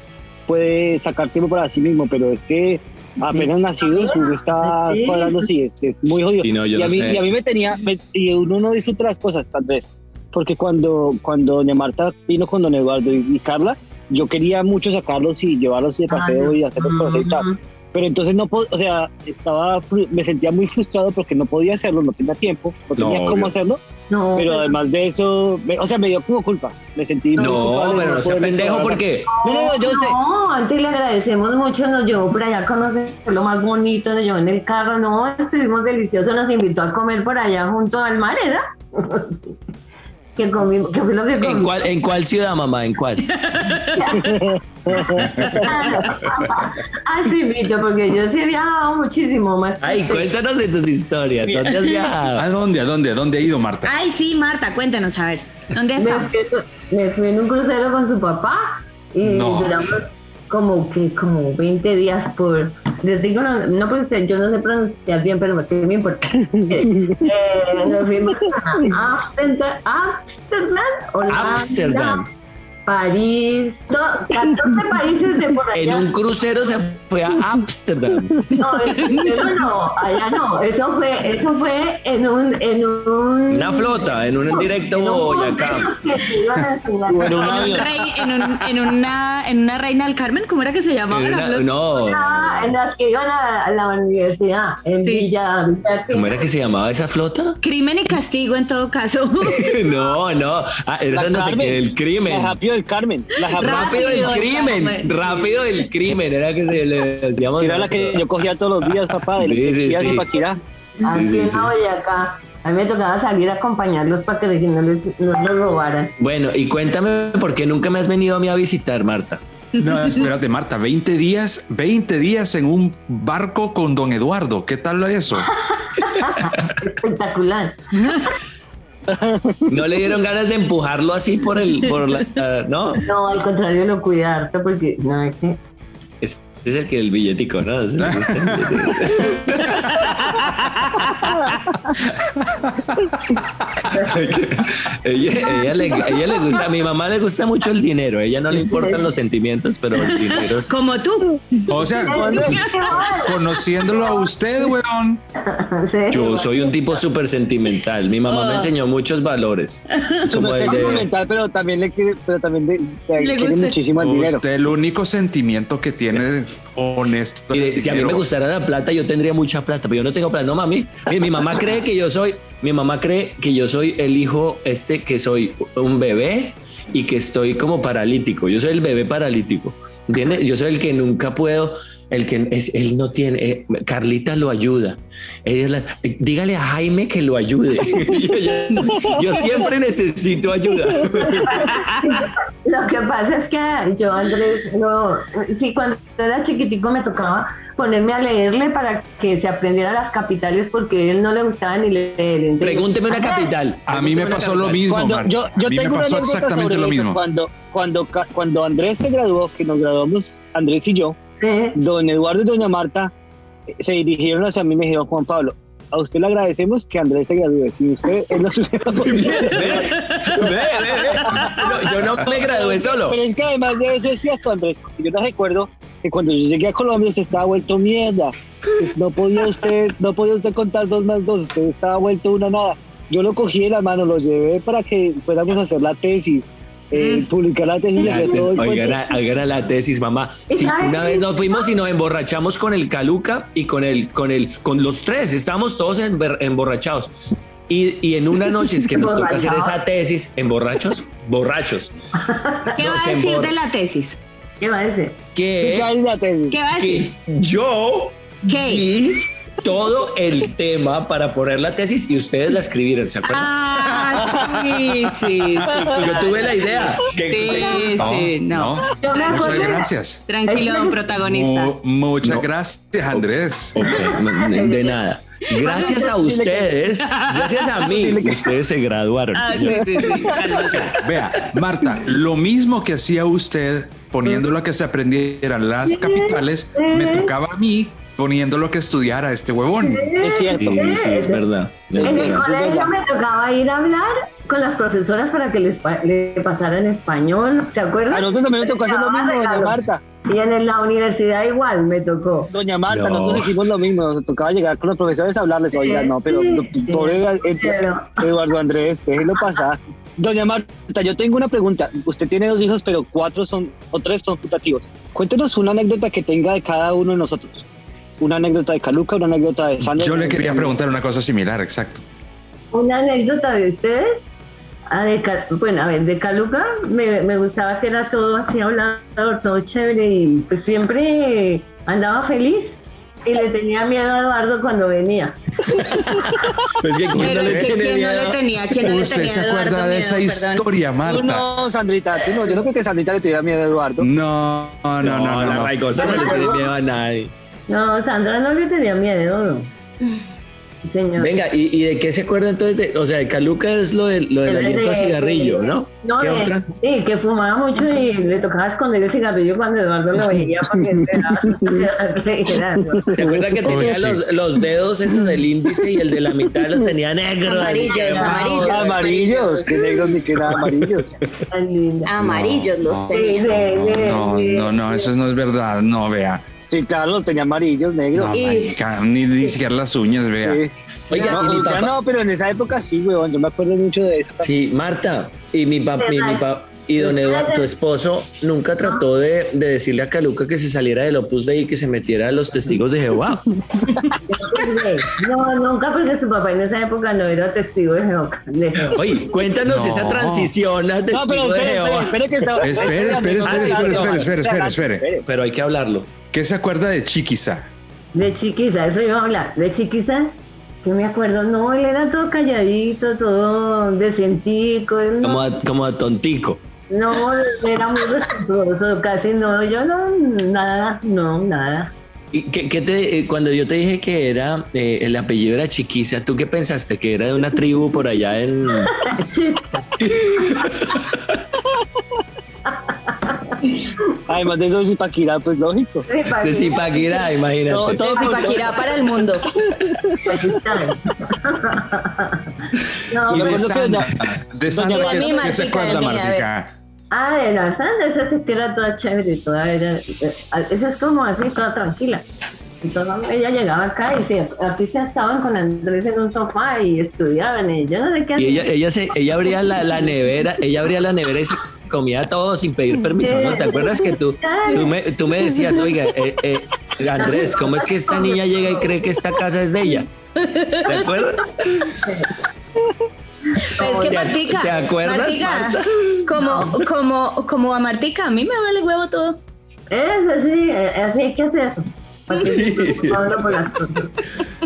[SPEAKER 4] puede sacar tiempo para sí mismo. Pero es que apenas nacido, uno está
[SPEAKER 7] Sí.
[SPEAKER 4] cuadrando, sí, es, es muy jodido.
[SPEAKER 6] Sí, no, yo
[SPEAKER 4] y, a
[SPEAKER 6] no
[SPEAKER 4] mí,
[SPEAKER 6] sé.
[SPEAKER 4] y a mí me tenía, me- y uno no disfruta las cosas, tal vez. Porque cuando, cuando doña Marta vino con don Eduardo y, y Carla, yo quería mucho sacarlos y llevarlos de paseo y hacerlos cosas
[SPEAKER 6] Ah.
[SPEAKER 4] y tal
[SPEAKER 7] Ujú.
[SPEAKER 4] pero entonces no podía, o sea, estaba, fru- me sentía muy frustrado porque no podía hacerlo, no tenía tiempo, no tenía
[SPEAKER 8] No, obvio.
[SPEAKER 4] cómo hacerlo,
[SPEAKER 7] No,
[SPEAKER 4] pero además de eso, me- o sea, me dio como culpa, me sentí muy
[SPEAKER 6] No,
[SPEAKER 4] culpable de
[SPEAKER 6] pero no sea
[SPEAKER 4] poder
[SPEAKER 6] pendejo
[SPEAKER 4] explorar.
[SPEAKER 6] porque...
[SPEAKER 4] No, no, no, yo sé,
[SPEAKER 7] No, antes le agradecemos mucho, nos llevó por allá a conocer lo más bonito, nos llevó en el carro, no, estuvimos deliciosos, nos invitó a comer por allá junto al mar, ¿verdad? ¿eh? que comimos, que fue lo que
[SPEAKER 6] ¿En
[SPEAKER 7] comimos.
[SPEAKER 6] cuál, ¿En cuál ciudad, mamá? ¿En cuál?
[SPEAKER 7] Ah, sí, Mito, porque yo sí he viajado muchísimo más. que
[SPEAKER 6] Ay,
[SPEAKER 7] usted.
[SPEAKER 6] cuéntanos de tus historias. ¿Dónde has
[SPEAKER 8] ¿A
[SPEAKER 6] viajado?
[SPEAKER 8] dónde? ¿A dónde? ¿A dónde ha ido Marta?
[SPEAKER 9] Ay, sí, Marta, cuéntanos, a ver. ¿Dónde
[SPEAKER 7] me,
[SPEAKER 9] está?
[SPEAKER 7] fui, me fui en un crucero con su papá y
[SPEAKER 8] No.
[SPEAKER 7] duramos como que como 20 días por les digo no, no pronuncié- yo no sé pronunciar bien pero qué me importa Eh, eh, nos fuimos a Amsterdam Amsterdam Holanda,
[SPEAKER 6] Amsterdam.
[SPEAKER 7] París to- 14 países de por allá
[SPEAKER 6] En un crucero se fue a Ámsterdam.
[SPEAKER 7] no, el crucero no allá no eso fue eso fue en un en un
[SPEAKER 6] Una flota, en un directo
[SPEAKER 7] en un
[SPEAKER 6] Boyacá.
[SPEAKER 7] crucero que te iban a enseñar.
[SPEAKER 4] Bueno, un
[SPEAKER 9] En, un
[SPEAKER 4] avión.
[SPEAKER 9] rey- en, un- en una, en una reina del Carmen, ¿cómo era que se llamaba?
[SPEAKER 6] En
[SPEAKER 9] la
[SPEAKER 6] una-
[SPEAKER 9] flota?
[SPEAKER 6] no.
[SPEAKER 7] Ah, en las que iban a, a la universidad, en
[SPEAKER 9] Sí.
[SPEAKER 7] Villa, Villa
[SPEAKER 6] ¿Cómo era que se llamaba esa flota?
[SPEAKER 9] Crimen y castigo en todo caso.
[SPEAKER 6] No, no. Ah, era donde se quedó el crimen.
[SPEAKER 4] La rápido del Carmen. La rápido.
[SPEAKER 6] Rápido el
[SPEAKER 9] Rápido,
[SPEAKER 6] crimen.
[SPEAKER 9] rápido.
[SPEAKER 6] Rápido el crimen. Era que se le decíamos.
[SPEAKER 4] Era la que yo cogía todos los días, papá, de
[SPEAKER 6] Sí,
[SPEAKER 4] de
[SPEAKER 6] sí,
[SPEAKER 4] Chía
[SPEAKER 6] sí.
[SPEAKER 4] y Paquirá.
[SPEAKER 7] Aquí
[SPEAKER 6] sí,
[SPEAKER 7] en
[SPEAKER 6] sí.
[SPEAKER 7] Boyacá. A mí me tocaba salir a acompañarlos para que no, les, no los robaran.
[SPEAKER 6] Bueno, y cuéntame por qué nunca me has venido a mí a visitar, Marta.
[SPEAKER 8] No, espérate, Marta, 20 días, 20 días en un barco con don Eduardo. ¿Qué tal eso?
[SPEAKER 7] Espectacular.
[SPEAKER 6] ¿No le dieron ganas de empujarlo así por el... Por la, ah, no,
[SPEAKER 7] No, al contrario, lo cuidé harto porque no es que.
[SPEAKER 6] es, es el que el billetico, ¿no? Se le gusta el billetico. ella, ella le, ella le gusta, a mi mamá le gusta mucho el dinero, a ella no le importan los sentimientos, pero el dinero es...
[SPEAKER 9] Como tú.
[SPEAKER 8] O sea, conociéndolo a usted, weón.
[SPEAKER 7] Sí.
[SPEAKER 6] Yo soy un tipo súper sentimental, mi mamá me enseñó muchos valores. Como
[SPEAKER 4] Súper
[SPEAKER 6] el de,
[SPEAKER 4] sentimental, pero también le quiere, pero también le, le
[SPEAKER 9] Le
[SPEAKER 4] quiere
[SPEAKER 9] gusta.
[SPEAKER 4] muchísimo el dinero.
[SPEAKER 8] Usted el único sentimiento que tiene honesto. es
[SPEAKER 6] Mire,
[SPEAKER 8] el
[SPEAKER 6] si a mí
[SPEAKER 8] dinero.
[SPEAKER 6] me gustara la plata, yo tendría mucha plata, pero yo no tengo plata. No, mami. Mire, mi mamá cree que yo soy, mi mamá cree que yo soy el hijo este, que soy un bebé y que estoy como paralítico. Yo soy el bebé paralítico. ¿Entiendes? Yo soy el que nunca puedo, el que es, él no tiene. eh, Carlita lo ayuda. Ella es la- eh, dígale a Jaime que lo ayude. yo, yo- yo siempre necesito ayuda.
[SPEAKER 7] Lo que pasa es que yo, Andrés, no. Sí, cuando era chiquitico me tocaba ponerme a leerle para que se aprendiera las capitales porque él no le gustaba ni leer. entonces-
[SPEAKER 6] Pregúnteme una capital.
[SPEAKER 8] A mí me
[SPEAKER 6] Pregúnteme una
[SPEAKER 8] pasó lo
[SPEAKER 6] capital.
[SPEAKER 8] mismo,
[SPEAKER 4] Cuando
[SPEAKER 8] Marta.
[SPEAKER 4] yo, yo
[SPEAKER 8] a mí
[SPEAKER 4] tengo
[SPEAKER 8] me
[SPEAKER 4] una
[SPEAKER 8] pasó
[SPEAKER 4] anécdota
[SPEAKER 8] exactamente
[SPEAKER 4] sobre
[SPEAKER 8] lo
[SPEAKER 4] eso.
[SPEAKER 8] mismo.
[SPEAKER 4] Cuando, cuando, ca- cuando Andrés se graduó, que nos graduamos Andrés y yo,
[SPEAKER 7] Sí.
[SPEAKER 4] don Eduardo y doña Marta eh, se dirigieron hacia mí y me dijeron, Juan Pablo, a usted le agradecemos que Andrés se gradúe. Si usted él no se hubiera
[SPEAKER 6] Ve, ve, ve, ve. No, yo no me gradué solo.
[SPEAKER 4] Pero es que además de eso es cierto, Andrés, porque yo no recuerdo que cuando yo llegué a Colombia se estaba vuelto mierda. Pues No podía usted, no podía usted contar dos más dos, usted estaba vuelto una nada. Yo lo cogí de la mano, lo llevé para que fuéramos a hacer la tesis, eh, publicar la tesis.
[SPEAKER 6] La
[SPEAKER 4] hacer
[SPEAKER 6] te-
[SPEAKER 4] todo el
[SPEAKER 6] Oigan,
[SPEAKER 4] cuento.
[SPEAKER 6] a- oigan a la tesis, mamá.
[SPEAKER 7] ¿Y
[SPEAKER 6] Sí,
[SPEAKER 7] sabes
[SPEAKER 6] una
[SPEAKER 7] qué?
[SPEAKER 6] vez nos fuimos y nos emborrachamos con el Caluca y con el, con el, con los tres. Estábamos todos ember- emborrachados. Y, y en una noche es que nos toca hacer
[SPEAKER 7] Emborrachados.
[SPEAKER 6] esa tesis, emborrachos, borrachos,
[SPEAKER 9] ¿Qué
[SPEAKER 6] No
[SPEAKER 9] va a
[SPEAKER 6] se
[SPEAKER 9] decir
[SPEAKER 6] emborra.
[SPEAKER 9] de la tesis?
[SPEAKER 7] ¿Qué va a decir?
[SPEAKER 4] ¿Qué
[SPEAKER 6] que,
[SPEAKER 4] hay de la tesis?
[SPEAKER 9] ¿Qué va a decir?
[SPEAKER 6] que yo
[SPEAKER 9] ¿Qué?
[SPEAKER 6] di todo el tema para poner la tesis y ustedes la escribieron, ¿se acuerdan?
[SPEAKER 9] Ah, sí, sí. sí,
[SPEAKER 6] Yo tuve la idea. Que,
[SPEAKER 9] Sí, sí, no.
[SPEAKER 7] Yo me
[SPEAKER 8] Muchas
[SPEAKER 7] acuerdo-
[SPEAKER 8] gracias.
[SPEAKER 9] Tranquilo, don protagonista.
[SPEAKER 8] Mu- muchas
[SPEAKER 6] No.
[SPEAKER 8] gracias, Andrés.
[SPEAKER 6] Ok, no, de nada. Gracias a ustedes, gracias a mí, ustedes se graduaron.
[SPEAKER 9] Ah, sí,
[SPEAKER 6] señor.
[SPEAKER 9] sí, sí. Carlos.
[SPEAKER 8] Vea, Marta, lo mismo que hacía usted poniéndolo a que se aprendieran las capitales, me tocaba a mí poniéndolo a que estudiara este huevón.
[SPEAKER 4] Es cierto.
[SPEAKER 6] Sí, sí, es verdad. es
[SPEAKER 7] En el
[SPEAKER 6] verdad.
[SPEAKER 7] colegio me tocaba ir a hablar con las profesoras para que les pa- le pasaran español, ¿se acuerdan?
[SPEAKER 4] A nosotros también nos tocó hacer lo mismo, doña Marta.
[SPEAKER 7] Y en el- la universidad igual me tocó.
[SPEAKER 4] Doña Marta,
[SPEAKER 6] No.
[SPEAKER 4] nosotros hicimos lo mismo, nos tocaba llegar con los profesores a hablarles, oiga, no, pero
[SPEAKER 7] Sí,
[SPEAKER 4] no,
[SPEAKER 7] sí,
[SPEAKER 4] pobre eh,
[SPEAKER 7] pero-
[SPEAKER 4] Eduardo Andrés, déjenlo pasar. Doña Marta, yo tengo una pregunta. Usted tiene dos hijos, pero cuatro son, o tres son putativos. Cuéntenos una anécdota que tenga de cada uno de nosotros. Una anécdota de Caluca, una anécdota de Sandra.
[SPEAKER 8] Yo le quería preguntar una cosa similar, exacto.
[SPEAKER 7] Una anécdota de ustedes. Ah, de Ca- bueno, a ver, de Caluca me, me gustaba que era todo así hablador, todo chévere y pues siempre andaba feliz. y le tenía miedo a Eduardo cuando venía.
[SPEAKER 6] Pues que quién no
[SPEAKER 9] Pero
[SPEAKER 6] le
[SPEAKER 9] es que
[SPEAKER 6] tiene
[SPEAKER 9] quién no le
[SPEAKER 6] miedo.
[SPEAKER 9] tenía, quién no le
[SPEAKER 8] ¿Usted
[SPEAKER 9] tenía
[SPEAKER 8] se
[SPEAKER 9] a Eduardo
[SPEAKER 8] acuerda de
[SPEAKER 9] miedo,
[SPEAKER 8] esa
[SPEAKER 9] perdón.
[SPEAKER 8] historia,
[SPEAKER 4] Tú
[SPEAKER 8] Marta?
[SPEAKER 4] no, Sandrita, tú no. Yo no creo que Sandrita le tuviera miedo a Eduardo.
[SPEAKER 8] No, no, no, no.
[SPEAKER 6] la
[SPEAKER 8] no.
[SPEAKER 6] Raigosa no le tiene miedo a nadie.
[SPEAKER 7] No, Sandra no le tenía miedo, no. Señor.
[SPEAKER 6] Venga, ¿y, y de qué se acuerda entonces? de- o sea, de Caluca es lo, de, lo del
[SPEAKER 7] Era
[SPEAKER 6] aliento a
[SPEAKER 7] de-
[SPEAKER 6] cigarrillo, ¿no?
[SPEAKER 7] No,
[SPEAKER 6] ¿Qué
[SPEAKER 7] de-
[SPEAKER 6] otra?
[SPEAKER 7] sí, que fumaba mucho y le tocaba esconder el cigarrillo cuando Eduardo lo veía para que se daba susto de darle, era eso.
[SPEAKER 6] ¿Se acuerda que tenía
[SPEAKER 8] sí.
[SPEAKER 6] los, los dedos esos del índice y el de la mitad los tenía negros?
[SPEAKER 9] Amarillos, amarillos.
[SPEAKER 4] Amarillos, que negros ni que nada amarillos.
[SPEAKER 7] Tan linda.
[SPEAKER 9] Amarillos los
[SPEAKER 8] no.
[SPEAKER 7] Sí,
[SPEAKER 9] tenía.
[SPEAKER 7] sí, sí,
[SPEAKER 8] No,
[SPEAKER 7] sí.
[SPEAKER 8] no, no, eso no es verdad. No, vea.
[SPEAKER 4] Sí, claro, los tenía amarillos, negros.
[SPEAKER 8] No,
[SPEAKER 9] Y-
[SPEAKER 8] marica, ni, ni siquiera las uñas, vea.
[SPEAKER 4] Sí.
[SPEAKER 6] Oiga,
[SPEAKER 4] no,
[SPEAKER 6] y mi
[SPEAKER 4] ya
[SPEAKER 6] papá.
[SPEAKER 4] no, pero en esa época sí, weón. Yo me acuerdo mucho de esa.
[SPEAKER 6] Sí, Marta, y mi papá, mi, mi pa- y don Eduardo, tu esposo, nunca trató de, de decirle a Caluca que se saliera del Opus Dei y que se metiera a los testigos de Jehová.
[SPEAKER 7] No, nunca, porque su papá en esa época no era testigo de Jehová. De Jehová.
[SPEAKER 6] Oye, cuéntanos
[SPEAKER 8] No.
[SPEAKER 6] esa transición a
[SPEAKER 4] No,
[SPEAKER 6] testigos
[SPEAKER 4] pero
[SPEAKER 6] de
[SPEAKER 4] espere, espere,
[SPEAKER 6] Jehová.
[SPEAKER 4] espere que está.
[SPEAKER 8] Espere, espere, espere, espere, espere, espere, espere, espere.
[SPEAKER 6] Pero hay que hablarlo.
[SPEAKER 8] ¿Qué se acuerda de Chiquiza?
[SPEAKER 7] De chiquiza, eso iba a hablar. De chiquiza, que me acuerdo, no, él era todo calladito, todo decentico. él no-
[SPEAKER 6] Como a, como a tontico.
[SPEAKER 7] No, era muy respetuoso, casi no, yo no, nada, no, nada.
[SPEAKER 6] ¿Y qué, qué te, eh, cuando yo te dije que era eh, el apellido era Chiquiza, ¿tú qué pensaste? ¿Que era de una tribu por allá en...?
[SPEAKER 7] Chicha.
[SPEAKER 4] Además de eso, es Ipaquirá, pues lógico.
[SPEAKER 7] Sí, para
[SPEAKER 6] De
[SPEAKER 7] mí,
[SPEAKER 6] Zipaquirá, imagínate.
[SPEAKER 4] Todo, todo,
[SPEAKER 9] De Zipaquirá para el mundo.
[SPEAKER 7] Pakistán. no,
[SPEAKER 8] Y
[SPEAKER 4] me
[SPEAKER 8] de
[SPEAKER 4] acuerdo
[SPEAKER 7] pero-
[SPEAKER 4] que
[SPEAKER 8] Sandra. De Sandra,
[SPEAKER 9] Doña-
[SPEAKER 8] ¿qué-
[SPEAKER 9] de mi
[SPEAKER 8] ¿qué se
[SPEAKER 9] Martica, de
[SPEAKER 8] acuerda,
[SPEAKER 9] mí, a ver.
[SPEAKER 8] Martica?
[SPEAKER 7] ah, de la Sandra, esa sí que era toda chévere, toda era, eh, esa es como así, toda tranquila. Entonces ella llegaba acá y se, aquí se estaban con Andrés en un sofá y estudiaban y yo no sé
[SPEAKER 6] Y
[SPEAKER 7] qué hacían.
[SPEAKER 6] ella, ella, se, ella abría la, la nevera, ella abría la nevera y se comía todo sin pedir permiso, ¿no? ¿Te acuerdas que tú, tú, me, tú me decías, oiga, eh, eh, Andrés, ¿cómo es que esta niña llega y cree que esta casa es de ella? ¿Te acuerdas?
[SPEAKER 9] Es que
[SPEAKER 6] ¿Te-
[SPEAKER 9] Martica,
[SPEAKER 6] te acuerdas,
[SPEAKER 9] Martica,
[SPEAKER 6] Marta?
[SPEAKER 9] como, como, como a Martica, a mí me vale huevo todo.
[SPEAKER 7] Es así, eh, así hay que hacer. Porque yo hablo por las cosas.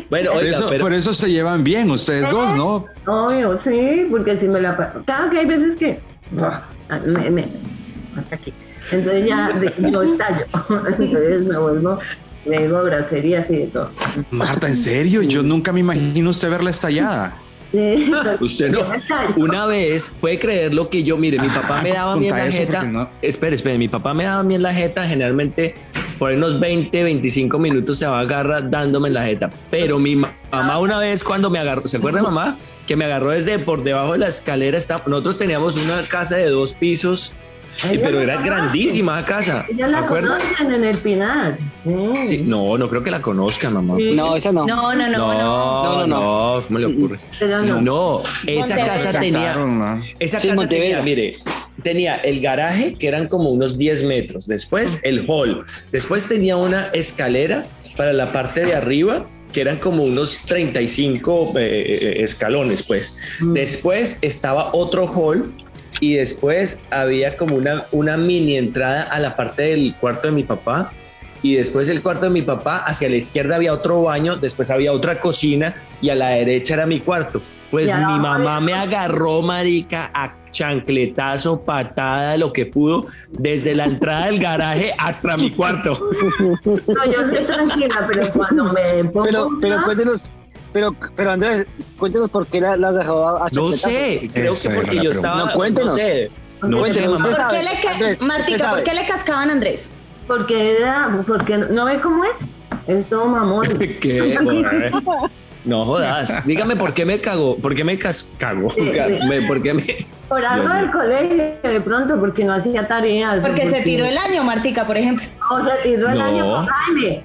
[SPEAKER 6] Bueno,
[SPEAKER 8] Por
[SPEAKER 6] oiga,
[SPEAKER 8] eso,
[SPEAKER 6] pero-
[SPEAKER 8] por eso se llevan bien ustedes dos, ¿no?
[SPEAKER 7] Obvio, sí, porque si me la... pa- Claro que hay veces que... ah, Me, me- hasta aquí. Entonces ya de- yo estallo. Entonces me vuelvo, me digo groserías y de todo.
[SPEAKER 8] Marta, ¿en serio? Yo nunca me imagino usted verla estallada.
[SPEAKER 7] Sí,
[SPEAKER 6] Usted no.
[SPEAKER 7] yo estallo.
[SPEAKER 6] Una vez puede creer lo que yo, mire, mi papá me daba a mí en
[SPEAKER 8] Ah, Conta
[SPEAKER 6] la
[SPEAKER 8] eso,
[SPEAKER 6] jeta.
[SPEAKER 8] porque no-
[SPEAKER 6] Espere, espere, mi papá me daba a mí en la jeta. Generalmente por ahí unos 20, 25 minutos se va a agarrar dándome en la jeta. Pero mi ma- mamá, una vez cuando me agarró, ¿se acuerda, mamá? Que me agarró desde por debajo de la escalera. está- nosotros teníamos una casa de dos pisos, y-
[SPEAKER 7] Ella
[SPEAKER 6] pero
[SPEAKER 7] la
[SPEAKER 6] era
[SPEAKER 7] conoce.
[SPEAKER 6] grandísima la casa.
[SPEAKER 7] Ya
[SPEAKER 6] ¿me
[SPEAKER 7] la
[SPEAKER 6] acuerda?
[SPEAKER 7] conocen en el Pinar. Sí.
[SPEAKER 6] Sí, no, no creo que la conozca, mamá.
[SPEAKER 7] Sí,
[SPEAKER 4] No, esa no.
[SPEAKER 9] No, no,
[SPEAKER 6] No, no,
[SPEAKER 9] no, no.
[SPEAKER 4] No, no, no.
[SPEAKER 6] no, ¿cómo le ocurre?
[SPEAKER 7] pero no.
[SPEAKER 6] No, esa
[SPEAKER 9] Montevideo.
[SPEAKER 6] casa tenía,
[SPEAKER 8] Sacaron, ¿no?
[SPEAKER 6] Esa
[SPEAKER 4] Sí,
[SPEAKER 6] casa tenía,
[SPEAKER 4] Montevideo.
[SPEAKER 6] mire, tenía el garaje que eran como unos 10 metros, después el hall, después tenía una escalera para la parte de arriba que eran como unos 35 eh, eh, escalones, pues. Después estaba otro hall y después había como una, una mini entrada a la parte del cuarto de mi papá y después el cuarto de mi papá, hacia la izquierda había otro baño, después había otra cocina y a la derecha era mi cuarto. Pues
[SPEAKER 7] Ya,
[SPEAKER 6] mi mamá
[SPEAKER 7] vale.
[SPEAKER 6] me agarró, marica, a chancletazo, patada, lo que pudo, desde la entrada del garaje hasta mi cuarto.
[SPEAKER 7] No, yo soy tranquila, pero cuando me pongo...
[SPEAKER 4] Pero, pero
[SPEAKER 7] brava,
[SPEAKER 4] cuéntenos, pero, pero Andrés, cuéntenos por qué la, la agarró a, a
[SPEAKER 6] No
[SPEAKER 4] chaquetazo.
[SPEAKER 6] sé, creo
[SPEAKER 8] Esa
[SPEAKER 6] que
[SPEAKER 8] era
[SPEAKER 6] porque
[SPEAKER 8] la
[SPEAKER 6] yo
[SPEAKER 8] pregunta.
[SPEAKER 6] estaba...
[SPEAKER 4] No, cuéntenos.
[SPEAKER 6] sé.
[SPEAKER 4] No,
[SPEAKER 6] sé,
[SPEAKER 4] cuéntenos, usted
[SPEAKER 6] mamá.
[SPEAKER 9] ¿Por
[SPEAKER 4] sabe,
[SPEAKER 9] qué le ca-
[SPEAKER 4] Pues, Andrés, usted
[SPEAKER 9] Martica,
[SPEAKER 4] sabe.
[SPEAKER 9] ¿por qué le cascaban a Andrés?
[SPEAKER 7] Porque era... Porque no ve cómo es. Es todo mamón.
[SPEAKER 6] ¿Qué? Joder. No jodas. Dígame por qué me cago, por qué me cas cago, Me- por qué me...
[SPEAKER 7] Por algo
[SPEAKER 6] Dios mío.
[SPEAKER 7] del colegio, de pronto, porque no hacía tareas.
[SPEAKER 9] Porque se tiró el año, Martica, por ejemplo.
[SPEAKER 7] No, se tiró el
[SPEAKER 6] No.
[SPEAKER 7] año con Jaime.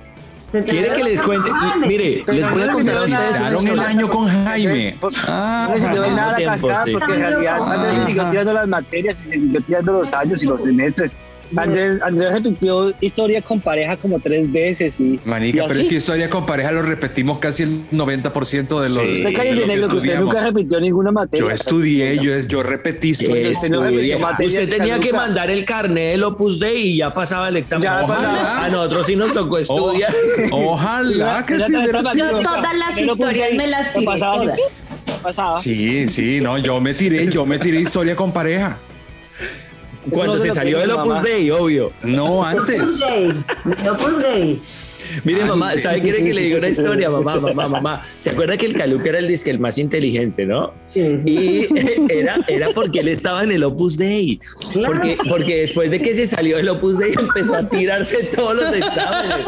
[SPEAKER 7] Se tiró
[SPEAKER 6] ¿Quiere
[SPEAKER 7] el
[SPEAKER 6] que
[SPEAKER 7] año
[SPEAKER 6] les
[SPEAKER 7] con
[SPEAKER 6] cuente?
[SPEAKER 7] Jaime.
[SPEAKER 6] Mire,
[SPEAKER 4] Pero
[SPEAKER 6] les voy a
[SPEAKER 4] no
[SPEAKER 6] contar a
[SPEAKER 4] les
[SPEAKER 6] ustedes una
[SPEAKER 8] Quitaron el
[SPEAKER 6] historia.
[SPEAKER 8] año con Jaime.
[SPEAKER 4] Por-
[SPEAKER 8] Ah,
[SPEAKER 4] No se quedó en nada la
[SPEAKER 6] tiempo,
[SPEAKER 4] cascada
[SPEAKER 6] sí.
[SPEAKER 4] porque en realidad
[SPEAKER 7] Ah.
[SPEAKER 4] Andrés siguió tirando las materias y se siguió tirando los años y los semestres Andrés, Andrés repitió historia con pareja como tres veces y.
[SPEAKER 8] Manica,
[SPEAKER 4] y
[SPEAKER 8] pero
[SPEAKER 4] así.
[SPEAKER 8] es que historia con pareja lo repetimos casi el 90% de los.
[SPEAKER 6] Sí.
[SPEAKER 4] Usted
[SPEAKER 8] Eh, de
[SPEAKER 4] cae
[SPEAKER 8] lo
[SPEAKER 4] de negro que usted
[SPEAKER 8] estudiamos.
[SPEAKER 4] nunca repitió ninguna materia.
[SPEAKER 8] Yo estudié, yo, yo repetí historia.
[SPEAKER 4] Usted no repitió
[SPEAKER 6] Estudia.
[SPEAKER 4] materias,
[SPEAKER 6] Este, Usted tenía que
[SPEAKER 4] Lucas.
[SPEAKER 6] mandar el carnet del Opus Dei y ya pasaba el examen.
[SPEAKER 4] Ya
[SPEAKER 8] pasaba.
[SPEAKER 6] A nosotros sí nos tocó
[SPEAKER 8] O-
[SPEAKER 6] estudiar.
[SPEAKER 8] ojalá que
[SPEAKER 4] Era
[SPEAKER 8] sí
[SPEAKER 4] tan-
[SPEAKER 8] hubiera
[SPEAKER 4] tan
[SPEAKER 8] sido.
[SPEAKER 9] Yo
[SPEAKER 4] magnífica.
[SPEAKER 9] todas las
[SPEAKER 4] Yo no pude
[SPEAKER 9] historias
[SPEAKER 4] ir.
[SPEAKER 9] me las
[SPEAKER 4] No
[SPEAKER 9] tiré
[SPEAKER 4] pasaba ni-
[SPEAKER 9] todas.
[SPEAKER 4] Pasaba.
[SPEAKER 8] Sí, sí, no, yo me tiré, yo me tiré historia con pareja.
[SPEAKER 6] Cuando
[SPEAKER 4] no se
[SPEAKER 6] se
[SPEAKER 4] lo
[SPEAKER 6] salió
[SPEAKER 4] cree
[SPEAKER 6] del
[SPEAKER 4] mi
[SPEAKER 6] Opus
[SPEAKER 4] mamá.
[SPEAKER 6] Dei, obvio.
[SPEAKER 8] No, antes.
[SPEAKER 7] Yo puse.
[SPEAKER 6] Mire,
[SPEAKER 8] Ay,
[SPEAKER 6] mamá,
[SPEAKER 8] sí.
[SPEAKER 6] ¿sabe qué quiere que le diga una historia? Mamá, mamá, mamá. ¿Se acuerda que el Caluca era el disque el más inteligente, no?
[SPEAKER 7] Sí, sí.
[SPEAKER 6] Y era, era porque él estaba en el Opus Dei.
[SPEAKER 7] Claro.
[SPEAKER 6] Porque, porque después de que se salió del Opus Dei empezó a tirarse todos los exámenes.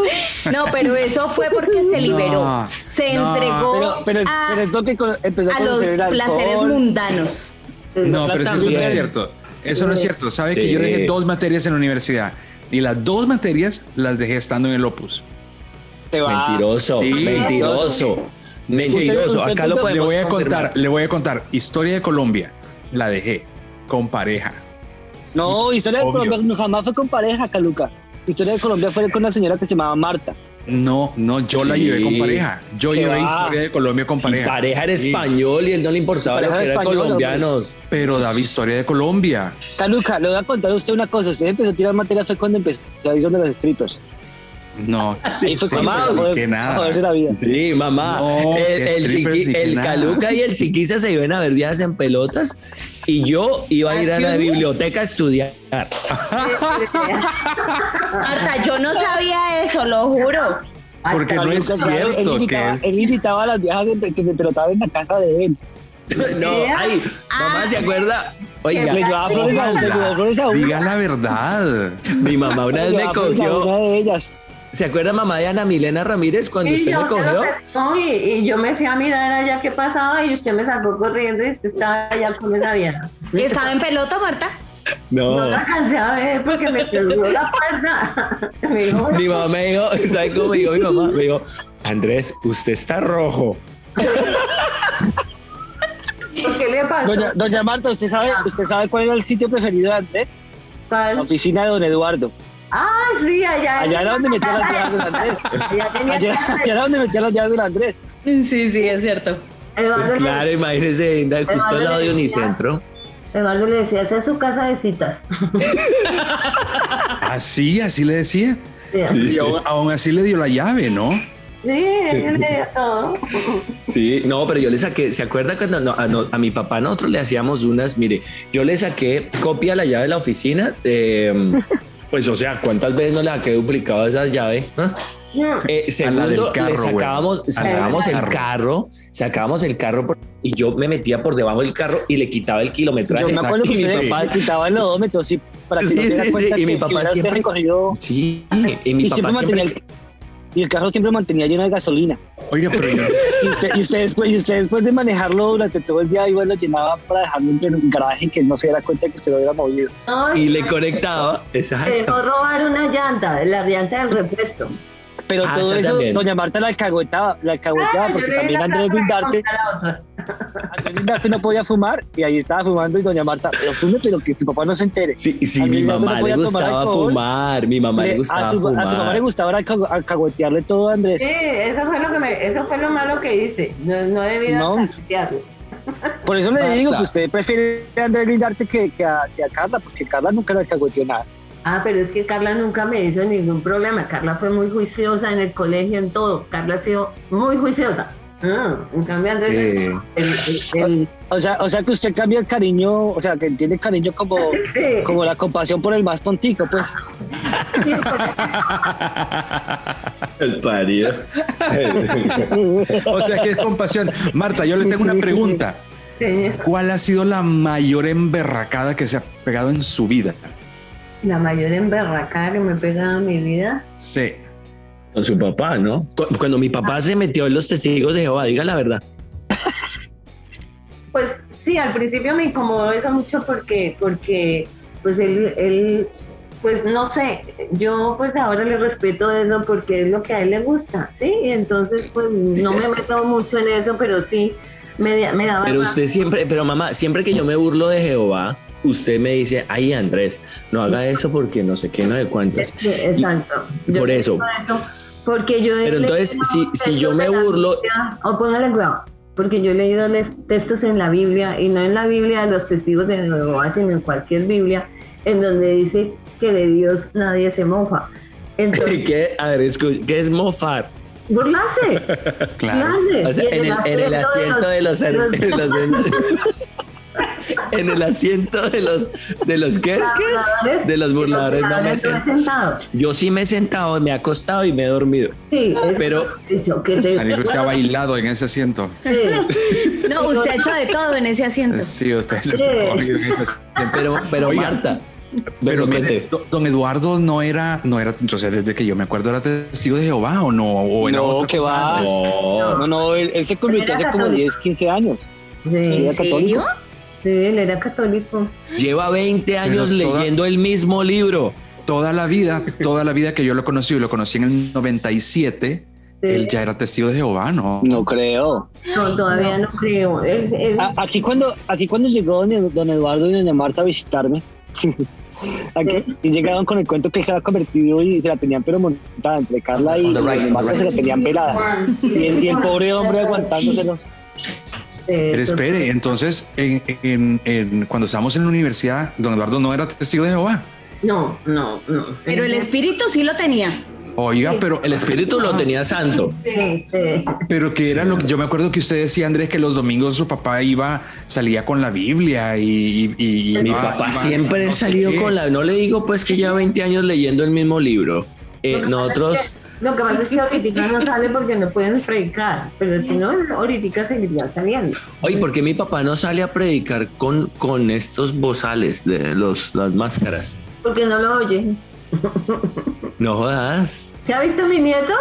[SPEAKER 9] No, pero eso fue porque se liberó.
[SPEAKER 8] No,
[SPEAKER 9] se
[SPEAKER 8] no.
[SPEAKER 9] entregó
[SPEAKER 4] Pero, pero,
[SPEAKER 9] a,
[SPEAKER 4] pero es lo que con- empezó
[SPEAKER 9] a
[SPEAKER 4] a
[SPEAKER 9] los
[SPEAKER 4] conocer el alcohol.
[SPEAKER 9] placeres mundanos.
[SPEAKER 8] No, pero es que eso no es
[SPEAKER 6] Mm, También.
[SPEAKER 8] cierto. Eso no es cierto. Sabe que yo
[SPEAKER 6] Sí.
[SPEAKER 8] dejé dos materias en la universidad y las dos materias las dejé estando en el Opus.
[SPEAKER 4] Te va.
[SPEAKER 6] Mentiroso,
[SPEAKER 8] Sí.
[SPEAKER 6] mentiroso, mentiroso.
[SPEAKER 4] Usted-
[SPEAKER 6] Acá lo
[SPEAKER 4] usted-
[SPEAKER 8] Le
[SPEAKER 6] podemos
[SPEAKER 8] voy a
[SPEAKER 6] confirmar.
[SPEAKER 8] contar, le voy a contar historia de Colombia. La dejé con pareja.
[SPEAKER 4] No, historia de
[SPEAKER 8] Obvio.
[SPEAKER 4] Colombia no, jamás fue con pareja, Caluca. Historia de Colombia fue con una señora que se llamaba Marta.
[SPEAKER 8] No, no, yo la
[SPEAKER 6] Sí.
[SPEAKER 8] llevé con pareja. Yo
[SPEAKER 4] Qué va.
[SPEAKER 8] llevé historia de Colombia con
[SPEAKER 6] Pareja.
[SPEAKER 8] pareja.
[SPEAKER 6] pareja era
[SPEAKER 8] Sí.
[SPEAKER 6] español y él no le importaba
[SPEAKER 4] Pareja
[SPEAKER 6] lo que
[SPEAKER 4] era
[SPEAKER 6] eran
[SPEAKER 4] español,
[SPEAKER 6] colombianos.
[SPEAKER 8] Pero David, historia de Colombia.
[SPEAKER 4] Caluca, le voy a contar a usted una cosa. Usted empezó a tirar materia fue cuando empezó a ir de los strippers.
[SPEAKER 8] No,
[SPEAKER 4] Ahí fue cuando
[SPEAKER 6] mamá,
[SPEAKER 4] empezó a
[SPEAKER 8] sí,
[SPEAKER 4] joder-
[SPEAKER 8] que nada.
[SPEAKER 4] a joderse la vida.
[SPEAKER 6] Sí, mamá.
[SPEAKER 8] No,
[SPEAKER 6] el
[SPEAKER 8] qué
[SPEAKER 6] el
[SPEAKER 8] strippers
[SPEAKER 6] chiqui-
[SPEAKER 8] ni qué
[SPEAKER 6] el
[SPEAKER 8] nada.
[SPEAKER 6] Caluca y el Chiquisa se iban a ver viajes en pelotas y yo iba a ir a la
[SPEAKER 9] Excuse me.
[SPEAKER 6] biblioteca a estudiar.
[SPEAKER 9] Hasta yo no sabía eso, lo juro.
[SPEAKER 8] porque no es
[SPEAKER 4] Caluca, él
[SPEAKER 8] cierto
[SPEAKER 4] invitaba-
[SPEAKER 8] que
[SPEAKER 4] Él invitaba a las viejas de- que se pelotaban en la casa de él.
[SPEAKER 6] No,
[SPEAKER 9] ¿Idea?
[SPEAKER 6] ay, mamá
[SPEAKER 9] Ah.
[SPEAKER 6] se acuerda. Oiga,
[SPEAKER 4] Le llevaba flores a, le llevaba flores a una.
[SPEAKER 8] diga la verdad.
[SPEAKER 6] mi mamá una
[SPEAKER 4] le
[SPEAKER 6] vez me
[SPEAKER 4] llevaba flores a
[SPEAKER 6] cogió.
[SPEAKER 4] una de ellas.
[SPEAKER 6] ¿Se acuerda mamá de Ana Milena Ramírez cuando
[SPEAKER 7] Y
[SPEAKER 6] usted
[SPEAKER 7] yo
[SPEAKER 6] me
[SPEAKER 7] te lo
[SPEAKER 6] cogió?
[SPEAKER 7] pasó, y, y yo me fui a mirar allá qué pasaba y usted me sacó corriendo y usted estaba allá con esa vieja.
[SPEAKER 9] ¿Estaba en pelota, Marta?
[SPEAKER 7] No la alcancé a ver porque me cerró la puerta. Me dijo,
[SPEAKER 6] Mi mamá me dijo, ¿sabe cómo me dijo mi mamá? Me dijo, Andrés, usted está rojo.
[SPEAKER 7] ¿por qué le pasó?
[SPEAKER 4] Doña, doña Marta, ¿usted sabe, ¿usted sabe cuál era el sitio preferido de Andrés? La
[SPEAKER 7] ¿Cuál?
[SPEAKER 4] oficina de don Eduardo.
[SPEAKER 7] Ah, sí, allá.
[SPEAKER 4] Allá era donde metía las llaves don Andrés.
[SPEAKER 7] Allá tenía
[SPEAKER 4] Allá,
[SPEAKER 7] clases.
[SPEAKER 4] allá era donde metía las llaves don Andrés.
[SPEAKER 9] Sí, sí, es cierto.
[SPEAKER 6] Pues
[SPEAKER 7] Eduardo, le-
[SPEAKER 6] claro, imagínese, Inda, justo al lado de Unicentro.
[SPEAKER 7] Eduardo le decía, esa es su casa de citas.
[SPEAKER 8] Así, así le decía.
[SPEAKER 7] Sí,
[SPEAKER 8] Y aún, aún así le dio la llave, ¿no?
[SPEAKER 7] sí, ella le dio todo.
[SPEAKER 6] Sí, no, pero yo le saqué, ¿se acuerda cuando no- a, no- a mi papá nosotros le hacíamos unas? Mire, yo le saqué copia a la llave de la oficina. eh, pues, o sea, ¿cuántas veces no le saqué duplicado esa llave? ¿Ah? Eh,
[SPEAKER 8] la del
[SPEAKER 6] segundo,
[SPEAKER 8] carro,
[SPEAKER 6] le
[SPEAKER 8] güey.
[SPEAKER 6] sacábamos,
[SPEAKER 8] A la del
[SPEAKER 6] sacábamos el
[SPEAKER 8] carro.
[SPEAKER 6] carro. sacábamos el carro por- y yo me metía por debajo del carro y le quitaba el kilometraje.
[SPEAKER 4] Yo me acuerdo que
[SPEAKER 6] Y mi
[SPEAKER 4] ustedes
[SPEAKER 6] papá-
[SPEAKER 4] le quitaban los odómetros sí, para que
[SPEAKER 6] Sí,
[SPEAKER 4] no se diera
[SPEAKER 6] sí, sí,
[SPEAKER 4] cuenta
[SPEAKER 6] y
[SPEAKER 4] que-
[SPEAKER 6] mi
[SPEAKER 4] que
[SPEAKER 6] papá
[SPEAKER 4] hubiera usted
[SPEAKER 6] siempre-
[SPEAKER 4] recorrido-
[SPEAKER 6] Sí, y mi
[SPEAKER 4] y
[SPEAKER 6] papá
[SPEAKER 4] siempre mantenía
[SPEAKER 6] siempre
[SPEAKER 4] el, y el carro siempre mantenía lleno de gasolina.
[SPEAKER 8] Oiga, pero yo,
[SPEAKER 4] Y usted, y usted después, y usted después de manejarlo durante todo el día, igual lo llenaba para dejarlo en un garaje que no se diera cuenta que usted lo hubiera movido.
[SPEAKER 7] No,
[SPEAKER 6] y le conectaba.
[SPEAKER 7] le
[SPEAKER 6] Exacto.
[SPEAKER 7] dejó robar una llanta, la llanta del repuesto.
[SPEAKER 4] Pero
[SPEAKER 6] Ah,
[SPEAKER 4] todo
[SPEAKER 6] esa
[SPEAKER 4] eso,
[SPEAKER 6] también.
[SPEAKER 4] doña Marta la alcahueteaba, la alcahueteaba
[SPEAKER 7] Ay,
[SPEAKER 4] porque
[SPEAKER 7] yo le
[SPEAKER 4] también
[SPEAKER 7] Ah, la
[SPEAKER 4] Andrés
[SPEAKER 7] trataba de
[SPEAKER 4] Lindarte,
[SPEAKER 7] contar a otra.
[SPEAKER 4] Andrés Lindarte no podía fumar y ahí estaba fumando y doña Marta, pero fume, pero que tu papá no se entere.
[SPEAKER 6] Sí, sí,
[SPEAKER 4] A
[SPEAKER 6] mi
[SPEAKER 4] mí no me
[SPEAKER 6] mamá le
[SPEAKER 4] podía tomar
[SPEAKER 6] gustaba
[SPEAKER 4] alcohol.
[SPEAKER 6] fumar, mi mamá le,
[SPEAKER 4] Le-
[SPEAKER 6] gustaba
[SPEAKER 4] a, tu, a tu mamá le
[SPEAKER 6] fumar.
[SPEAKER 4] gustaba alca- alcahuetearle todo a Andrés.
[SPEAKER 7] Sí, eso fue lo que me, eso fue lo malo que hice. No, no debí
[SPEAKER 4] No.
[SPEAKER 7] cambiarlo.
[SPEAKER 4] Por eso le
[SPEAKER 6] Marta.
[SPEAKER 4] digo que usted prefiere a Andrés Lindarte que, que a, que a Carla, porque Carla nunca le alcahueteó nada.
[SPEAKER 7] Ah, pero es que Carla nunca me hizo ningún problema. Carla fue muy juiciosa en el colegio, en todo. Carla ha sido muy juiciosa. Ah, en cambio, Andrés,
[SPEAKER 6] Sí.
[SPEAKER 7] el- el- el-
[SPEAKER 4] O sea, o sea que usted cambia el cariño, o sea que entiende cariño como,
[SPEAKER 7] sí,
[SPEAKER 4] como la compasión por el más tontico, pues.
[SPEAKER 7] sí, porque-
[SPEAKER 6] El parido.
[SPEAKER 8] o sea que es compasión. Marta, yo le tengo una pregunta.
[SPEAKER 7] sí,
[SPEAKER 8] ¿Cuál ha sido la mayor emberracada que se ha pegado en su vida?
[SPEAKER 7] la mayor emberracada que me he pegado en mi vida.
[SPEAKER 8] Sí.
[SPEAKER 6] Con su papá, ¿no? Cu- Cuando mi papá se metió en los testigos de Jehová, diga la verdad.
[SPEAKER 7] Pues sí, al principio me incomodó eso mucho porque, porque pues él, él, pues no sé, yo pues ahora le respeto eso porque es lo que a él le gusta, ¿sí? Y entonces pues no me meto mucho en eso, pero sí, Me, me daba
[SPEAKER 6] Pero
[SPEAKER 7] rabia.
[SPEAKER 6] usted siempre, pero mamá, siempre que yo me burlo de Jehová, usted me dice, ay Andrés, no haga eso porque no sé qué, no de cuántas.
[SPEAKER 7] Sí, Exacto.
[SPEAKER 6] y por eso.
[SPEAKER 7] pienso Porque yo he
[SPEAKER 6] Pero entonces,
[SPEAKER 7] leído
[SPEAKER 6] si- si yo
[SPEAKER 7] textos
[SPEAKER 6] me
[SPEAKER 7] de la
[SPEAKER 6] burlo-
[SPEAKER 7] Biblia, o póngale cuidado, porque yo he leído les- textos en la Biblia, y no en la Biblia de los testigos de Jehová, sino en cualquier Biblia, en donde dice que de Dios nadie se mofa. Entonces,
[SPEAKER 6] ¿Qué, a ver, escu- ¿qué es mofar?
[SPEAKER 7] burlarse.
[SPEAKER 8] Claro.
[SPEAKER 7] burlarse.
[SPEAKER 6] O sea,
[SPEAKER 7] Y
[SPEAKER 6] en el, en el asiento de los,
[SPEAKER 7] de los-
[SPEAKER 6] en los- en el asiento de los de los ¿qué es? ¿Qué es? de los burladores no me
[SPEAKER 7] burladores
[SPEAKER 6] sent-
[SPEAKER 7] sentado.
[SPEAKER 6] yo sí me he sentado me he acostado y me he dormido
[SPEAKER 7] Sí, es-
[SPEAKER 6] pero
[SPEAKER 7] dicho, que te-
[SPEAKER 8] Marico, usted ha bailado en ese asiento.
[SPEAKER 7] sí.
[SPEAKER 9] No, usted ha hecho de todo en ese asiento.
[SPEAKER 8] Sí, usted lo está cogido en ese asiento.
[SPEAKER 6] pero pero
[SPEAKER 8] Oiga,
[SPEAKER 6] Marta
[SPEAKER 8] Pero mire,
[SPEAKER 6] vete.
[SPEAKER 8] do- don Eduardo no era, no era, entonces desde que yo me acuerdo era testigo de Jehová o no, o era
[SPEAKER 4] No,
[SPEAKER 8] otra
[SPEAKER 4] que
[SPEAKER 8] cosa
[SPEAKER 4] va.
[SPEAKER 8] antes.
[SPEAKER 4] No, no, él, él se convirtió hace
[SPEAKER 7] Era
[SPEAKER 4] como
[SPEAKER 7] católico.
[SPEAKER 4] 10, 15 años.
[SPEAKER 7] Sí,
[SPEAKER 9] ¿En
[SPEAKER 4] ¿Era católico?
[SPEAKER 9] serio?
[SPEAKER 7] sí, él era católico.
[SPEAKER 6] lleva 20 años
[SPEAKER 8] Pero toda-
[SPEAKER 6] leyendo el mismo libro
[SPEAKER 8] Toda la vida, toda la vida que yo lo conocí, y lo conocí en el 97,
[SPEAKER 7] Sí.
[SPEAKER 8] él ya era testigo de Jehová, ¿no?
[SPEAKER 4] No creo.
[SPEAKER 7] No, todavía no creo. Él- él-
[SPEAKER 4] A- aquí, cuando, aquí cuando llegó don, Edu- don Eduardo y doña Marta a visitarme, aquí- y llegaron con el cuento que él se había convertido y se la tenían pero montada entre Carla y
[SPEAKER 8] On the right, on the
[SPEAKER 4] Marta se la tenían pelada. Y el, y el pobre hombre aguantándoselos.
[SPEAKER 7] eh,
[SPEAKER 8] Pero espere, entonces, en, en- en- cuando estábamos en la universidad, don Eduardo no era testigo de Jehová.
[SPEAKER 7] No, no, no.
[SPEAKER 9] Pero el espíritu sí lo tenía.
[SPEAKER 8] Oiga, pero
[SPEAKER 6] el espíritu lo tenía santo
[SPEAKER 7] Sí, sí.
[SPEAKER 8] Pero que era lo que yo me acuerdo que usted decía, Andrés, que los domingos su papá iba, salía con la Biblia y. y- y- y
[SPEAKER 6] mi
[SPEAKER 8] iba-
[SPEAKER 6] papá
[SPEAKER 8] iba-
[SPEAKER 6] siempre
[SPEAKER 8] no
[SPEAKER 6] ha
[SPEAKER 8] sé
[SPEAKER 6] salido
[SPEAKER 8] qué.
[SPEAKER 6] con la no le digo pues que lleva 20 años leyendo el mismo libro Eh, nosotros
[SPEAKER 7] Lo que pasa es que ahorita no sale porque no pueden predicar, pero si no, ahorita seguiría saliendo.
[SPEAKER 6] Oye, ¿por qué mi papá no sale a predicar con, con estos bozales de los, las máscaras?
[SPEAKER 7] Porque no lo oyen.
[SPEAKER 6] No jodas.
[SPEAKER 7] ¿Se ha visto mi nieto?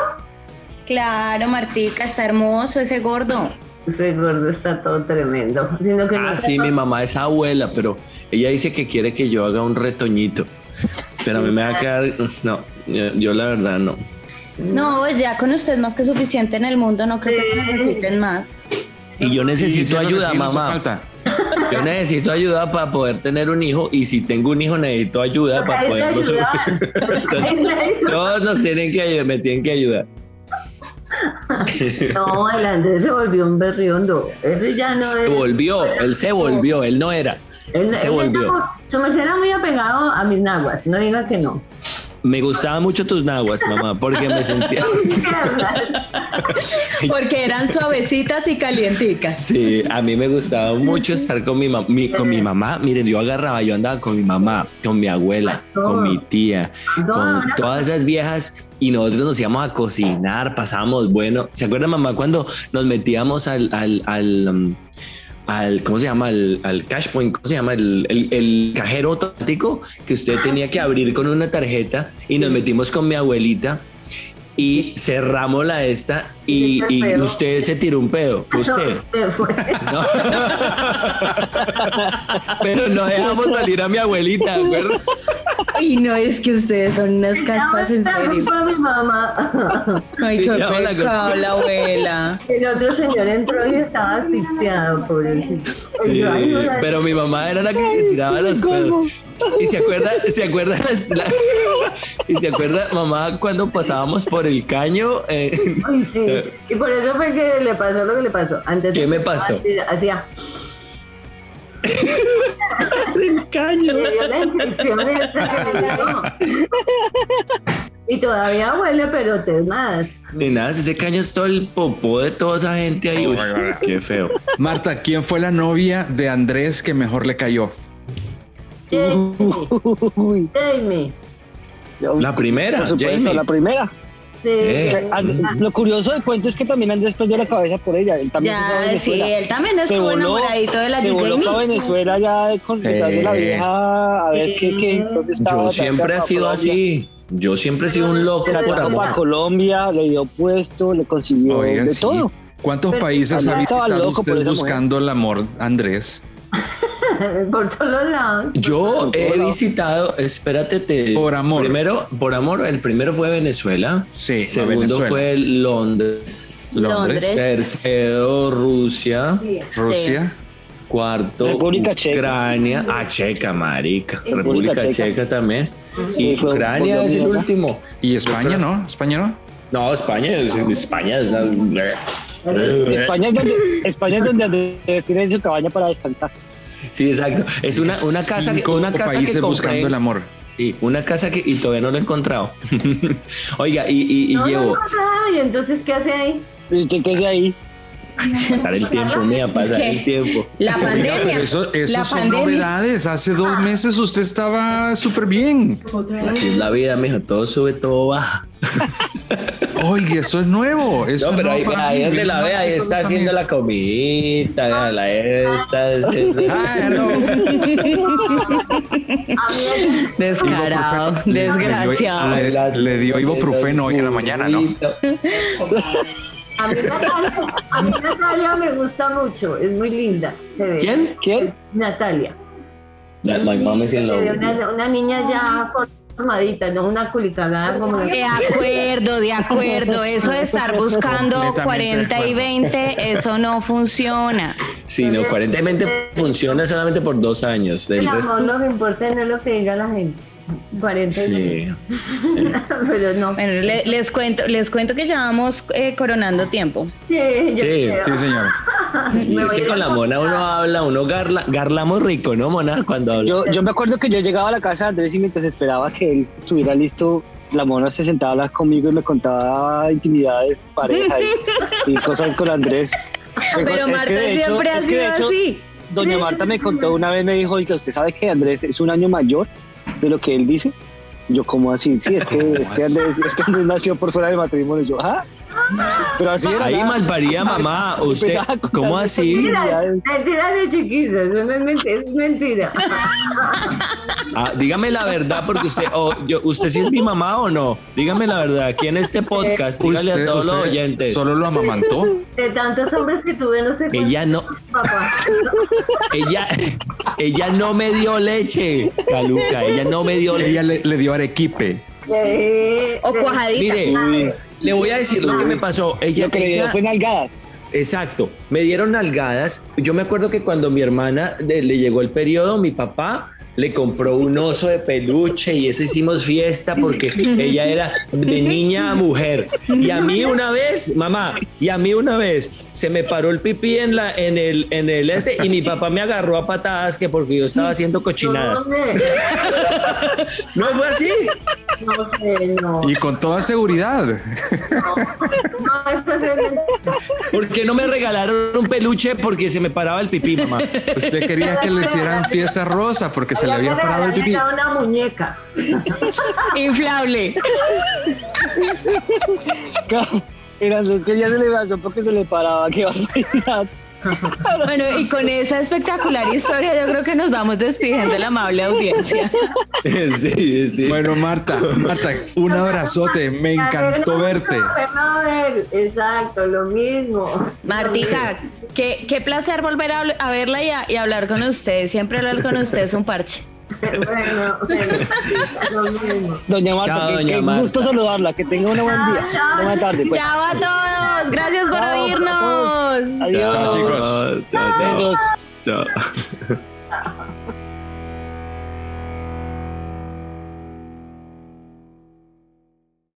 [SPEAKER 9] Claro, Martica, está hermoso ese gordo.
[SPEAKER 7] Ese gordo está todo tremendo. Sino que no
[SPEAKER 6] Ah,
[SPEAKER 7] sé
[SPEAKER 6] sí, mi mamá es abuela, pero ella dice que quiere que yo haga un retoñito. Pero a mí me va a quedar. No, yo, yo la verdad no.
[SPEAKER 9] No, pues ya con usted es más que suficiente en el mundo, no creo que necesiten más.
[SPEAKER 6] Y yo
[SPEAKER 8] Sí,
[SPEAKER 6] necesito
[SPEAKER 8] sí,
[SPEAKER 6] ayuda,
[SPEAKER 8] sí, no hace
[SPEAKER 6] mamá.
[SPEAKER 8] falta.
[SPEAKER 6] Yo necesito ayuda para poder tener un hijo. Y si tengo un hijo, necesito ayuda
[SPEAKER 7] Toca
[SPEAKER 6] para
[SPEAKER 7] irle a
[SPEAKER 6] poderlo sub-
[SPEAKER 7] ayudar.
[SPEAKER 6] Todos nos tienen que ayudar, me tienen que ayudar.
[SPEAKER 7] No, el Andrés se volvió un berriondo. Ese ya no
[SPEAKER 6] Se
[SPEAKER 7] es.
[SPEAKER 6] volvió, él se volvió, él no era.
[SPEAKER 7] Él-
[SPEAKER 6] se
[SPEAKER 7] él
[SPEAKER 6] volvió.
[SPEAKER 7] estaba- su merced era muy apegado a mis naguas, no diga que no.
[SPEAKER 6] Me gustaban mucho tus naguas, mamá, porque me sentía.
[SPEAKER 9] Porque eran suavecitas y calienticas.
[SPEAKER 6] Sí, a mí me gustaba mucho estar con mi, mam- mi- con mi mamá. Miren, yo agarraba, yo andaba con mi mamá, con mi abuela, con mi tía, con todas esas viejas y nosotros nos íbamos a cocinar, pasábamos bueno. ¿Se acuerdan, mamá, cuando nos metíamos al, al, al, um, al- ¿cómo se llama? Al, al cash point, ¿cómo se llama? El, el- el cajero automático que usted tenía que abrir con una tarjeta y nos metimos con mi abuelita. Y cerramos la esta y,
[SPEAKER 7] Y se
[SPEAKER 6] y
[SPEAKER 7] pedo.
[SPEAKER 6] usted se tiró un pedo. Fue
[SPEAKER 7] No,
[SPEAKER 6] usted.
[SPEAKER 7] usted fue.
[SPEAKER 6] No. Pero no dejamos salir a mi abuelita, ¿de acuerdo?
[SPEAKER 9] Y no es que ustedes son unas caspas en
[SPEAKER 7] Estaba
[SPEAKER 9] serio.
[SPEAKER 7] con mi mamá.
[SPEAKER 9] Ay, qué
[SPEAKER 6] Ya, hola,
[SPEAKER 9] pecado, la abuela.
[SPEAKER 7] El otro señor entró y estaba asfixiado, pobrecito.
[SPEAKER 6] Sí,
[SPEAKER 7] Yo, ay, hola.
[SPEAKER 6] pero mi mamá era la que se tiraba los pedos. Y se acuerda, se acuerda, las- la- y se acuerda, mamá, cuando pasábamos por el caño, eh,
[SPEAKER 7] Ay, sí.
[SPEAKER 6] se-
[SPEAKER 7] Y por eso fue que le pasó lo que le pasó. Antes
[SPEAKER 6] ¿Qué me pasó?
[SPEAKER 7] Hacía
[SPEAKER 6] el caño.
[SPEAKER 7] le dio la infección esta que le dio. Y todavía huele, pero te más.
[SPEAKER 6] Y nada, ese caño es todo el popó de toda esa gente ahí. Uy, qué feo.
[SPEAKER 8] Marta, ¿quién fue la novia de Andrés que mejor le cayó?
[SPEAKER 7] Jamie,
[SPEAKER 4] Uy,
[SPEAKER 7] Jamie.
[SPEAKER 6] La primera,
[SPEAKER 4] por supuesto,
[SPEAKER 6] Jamie.
[SPEAKER 4] la primera.
[SPEAKER 7] Sí.
[SPEAKER 6] Eh.
[SPEAKER 4] And- Lo curioso del cuento es que también Andrés perdió la cabeza por ella. Él también se fue a
[SPEAKER 9] Ya, sí,
[SPEAKER 4] Venezuela.
[SPEAKER 9] él también
[SPEAKER 4] Se
[SPEAKER 9] estuvo
[SPEAKER 4] voló,
[SPEAKER 9] enamoradito de la
[SPEAKER 4] se voló para
[SPEAKER 9] Jamie.
[SPEAKER 4] Venezuela ya con detrás de la
[SPEAKER 8] Eh.
[SPEAKER 4] vieja a ver qué, qué dónde estaba.
[SPEAKER 6] Yo
[SPEAKER 4] la
[SPEAKER 6] siempre he
[SPEAKER 4] vieja
[SPEAKER 6] sido
[SPEAKER 4] para
[SPEAKER 6] así. Yo siempre he sido un loco
[SPEAKER 4] Colombia.
[SPEAKER 6] por
[SPEAKER 4] Se la llevó
[SPEAKER 6] amor.
[SPEAKER 4] a Colombia, le dio puesto, le consiguió
[SPEAKER 8] Oiga,
[SPEAKER 4] de
[SPEAKER 8] sí.
[SPEAKER 4] todo.
[SPEAKER 8] ¿Cuántos
[SPEAKER 7] Pero
[SPEAKER 8] países ha
[SPEAKER 4] también estaba
[SPEAKER 8] visitado
[SPEAKER 4] loco por
[SPEAKER 8] usted
[SPEAKER 4] esa mujer.
[SPEAKER 8] buscando el amor, Andrés?
[SPEAKER 7] Por todos lados.
[SPEAKER 6] Yo he visitado, espérate, te,
[SPEAKER 8] Por amor.
[SPEAKER 6] Primero, por amor, el primero fue Venezuela,
[SPEAKER 8] Sí,
[SPEAKER 6] segundo
[SPEAKER 8] Venezuela.
[SPEAKER 6] fue Londres,
[SPEAKER 9] Londres.
[SPEAKER 6] Tercero, Rusia.
[SPEAKER 8] Rusia.
[SPEAKER 6] Cuarto,
[SPEAKER 4] República Checa.
[SPEAKER 6] Ucrania. Ah, Checa, marica.
[SPEAKER 7] República
[SPEAKER 6] República Checa,
[SPEAKER 4] Checa.
[SPEAKER 6] también. Y
[SPEAKER 4] fue-
[SPEAKER 6] Ucrania
[SPEAKER 4] fue
[SPEAKER 6] es el
[SPEAKER 4] dominada.
[SPEAKER 6] último.
[SPEAKER 8] Y España, ¿no? España, ¿no?
[SPEAKER 6] No, España es... España es... Eh.
[SPEAKER 4] España es donde, España es donde Andrés tiene su cabaña para descansar.
[SPEAKER 6] Sí, exacto. Es una, una casa, que-
[SPEAKER 8] Cinco
[SPEAKER 6] una casa
[SPEAKER 8] países
[SPEAKER 6] que compré.
[SPEAKER 8] buscando el amor.
[SPEAKER 6] Sí, una casa que... Y todavía no lo he encontrado. Oiga, y, y- y
[SPEAKER 7] No,
[SPEAKER 6] llevo...
[SPEAKER 7] no, no, ¿Y entonces qué hace ahí?
[SPEAKER 4] ¿Y usted qué hace ahí?
[SPEAKER 6] Pasar el tiempo, mía, pasar
[SPEAKER 9] ¿Qué?
[SPEAKER 6] el tiempo.
[SPEAKER 9] La
[SPEAKER 8] Oiga, pero
[SPEAKER 9] pandemia.
[SPEAKER 8] eso, eso
[SPEAKER 9] La
[SPEAKER 8] son
[SPEAKER 9] pandemia.
[SPEAKER 8] novedades. Hace dos meses usted estaba súper bien.
[SPEAKER 6] Así es la vida, mijo. Todo sube, todo baja.
[SPEAKER 8] Oye, eso es nuevo. Eso
[SPEAKER 6] no,
[SPEAKER 8] es
[SPEAKER 6] pero
[SPEAKER 8] nuevo
[SPEAKER 6] ahí,
[SPEAKER 8] para
[SPEAKER 6] ahí
[SPEAKER 8] mí.
[SPEAKER 6] donde la ve, ahí está haciendo la comidita, vea, la esta,
[SPEAKER 8] Claro.
[SPEAKER 9] Descarado, desgraciado.
[SPEAKER 8] Le- le dio ibuprofeno hoy en la mañana, ¿no?
[SPEAKER 7] A mí Natalia, a mí Natalia me gusta mucho, es muy linda. Se ve.
[SPEAKER 6] ¿Quién?
[SPEAKER 4] ¿Quién?
[SPEAKER 7] Natalia.
[SPEAKER 6] That my mom is
[SPEAKER 7] Se
[SPEAKER 6] in
[SPEAKER 7] ve
[SPEAKER 6] love.
[SPEAKER 7] una, una niña ya formadita, no una culicagada como la-
[SPEAKER 9] De acuerdo, de acuerdo. Eso de estar buscando
[SPEAKER 8] Completamente
[SPEAKER 9] 40 y
[SPEAKER 8] de
[SPEAKER 9] 20, eso no funciona.
[SPEAKER 6] Sí, no, 40 y 20 funciona solamente por dos años. Del
[SPEAKER 7] El
[SPEAKER 6] resto.
[SPEAKER 7] amor lo que importa no es lo que diga la gente. 40 y
[SPEAKER 6] Sí. sí.
[SPEAKER 7] Pero no.
[SPEAKER 9] Bueno, le- les cuento, les cuento que ya vamos eh, coronando tiempo.
[SPEAKER 7] Sí, yo
[SPEAKER 6] Sí,
[SPEAKER 7] creo.
[SPEAKER 8] Sí, señor.
[SPEAKER 6] Y
[SPEAKER 7] Me
[SPEAKER 6] es
[SPEAKER 7] voy
[SPEAKER 6] que
[SPEAKER 7] a
[SPEAKER 6] con la mona uno habla, uno garla, garlamos rico, ¿no, mona? Cuando habla.
[SPEAKER 4] Yo, yo me acuerdo que yo llegaba a la casa de Andrés y mientras esperaba que él estuviera listo, la mona se sentaba a hablar conmigo y me contaba intimidades, pareja y, y cosas con Andrés.
[SPEAKER 9] Pero
[SPEAKER 4] Es que
[SPEAKER 9] Marta
[SPEAKER 4] de hecho-
[SPEAKER 9] siempre ha
[SPEAKER 4] es que
[SPEAKER 9] sido
[SPEAKER 4] de hecho,
[SPEAKER 9] así.
[SPEAKER 4] Doña Marta me contó una vez, me dijo, que usted sabe que Andrés es un año mayor de lo que él dice. Yo, como así? Sí, es que, es que, Andrés, es que Andrés nació por fuera del matrimonio. Yo, ¿ah? Pero así era.
[SPEAKER 6] Ahí
[SPEAKER 4] nada.
[SPEAKER 6] malparía mamá, usted,
[SPEAKER 4] Empezaba a contar
[SPEAKER 6] ¿cómo así?
[SPEAKER 7] Mentiras, mentiras de chiquillos, eso no es mentira, es mentira.
[SPEAKER 6] Ah, dígame la verdad, porque usted, o yo, usted sí es mi mamá o no. Dígame la verdad, aquí en este podcast, dígale a
[SPEAKER 8] Eh, Usted,
[SPEAKER 6] todos los
[SPEAKER 8] usted
[SPEAKER 6] oyentes.
[SPEAKER 8] solo lo amamantó.
[SPEAKER 7] De tantos hombres que tuve, no sé cuántos,
[SPEAKER 6] Ella no,
[SPEAKER 7] papá.
[SPEAKER 6] ella, ella no me dio leche, Caluca, ella no me dio leche.
[SPEAKER 8] Ella le, le dio arequipe.
[SPEAKER 7] Eh,
[SPEAKER 9] O cuajadita.
[SPEAKER 6] Mire, le voy a decir lo que me pasó. Ella,
[SPEAKER 4] Lo que le dio
[SPEAKER 6] ella-
[SPEAKER 4] fue nalgadas.
[SPEAKER 6] Exacto, me dieron nalgadas. Yo me acuerdo que cuando mi hermana de- le llegó el periodo, mi papá le compró un oso de peluche y eso hicimos fiesta porque ella era de niña a mujer. Y a mí una vez, mamá, y a mí una vez se me paró el pipí en la en el en el este y mi papá me agarró a patadas que porque yo estaba haciendo cochinadas.
[SPEAKER 7] ¿dónde?
[SPEAKER 6] No fue así.
[SPEAKER 7] No sé, no.
[SPEAKER 8] Y con toda seguridad.
[SPEAKER 7] No, esto es mentira.
[SPEAKER 6] ¿Por qué no me regalaron un peluche porque se me paraba el pipí, mamá?
[SPEAKER 8] Usted quería que le hicieran fiesta rosa porque se le había parado el pipí.
[SPEAKER 7] Era una muñeca.
[SPEAKER 9] Inflable.
[SPEAKER 4] Era Andrés que ya se le pasó porque se le paraba. Qué barbaridad.
[SPEAKER 9] Bueno, y con esa espectacular historia, yo creo que nos vamos despidiendo de la amable audiencia.
[SPEAKER 6] Sí, sí.
[SPEAKER 8] Bueno, Marta, Marta, un abrazote. Me encantó verte.
[SPEAKER 7] A ver, exacto, lo mismo.
[SPEAKER 9] Martica, qué, qué placer volver a, habl- a verla y, a- y hablar con usted. Siempre hablar con usted es un parche.
[SPEAKER 7] Bueno, bueno, lo mismo.
[SPEAKER 4] Doña Marta,
[SPEAKER 6] Chao,
[SPEAKER 4] qué,
[SPEAKER 6] doña
[SPEAKER 4] qué
[SPEAKER 6] Marta.
[SPEAKER 4] gusto saludarla. Que tenga un buen día. Una buena tarde. pues.
[SPEAKER 9] Ya va a todos. Gracias por
[SPEAKER 4] Chao,
[SPEAKER 9] oírnos.
[SPEAKER 4] Adiós.
[SPEAKER 8] Chao, chicos.
[SPEAKER 6] Chao, chao.
[SPEAKER 4] Besos.
[SPEAKER 6] Chao.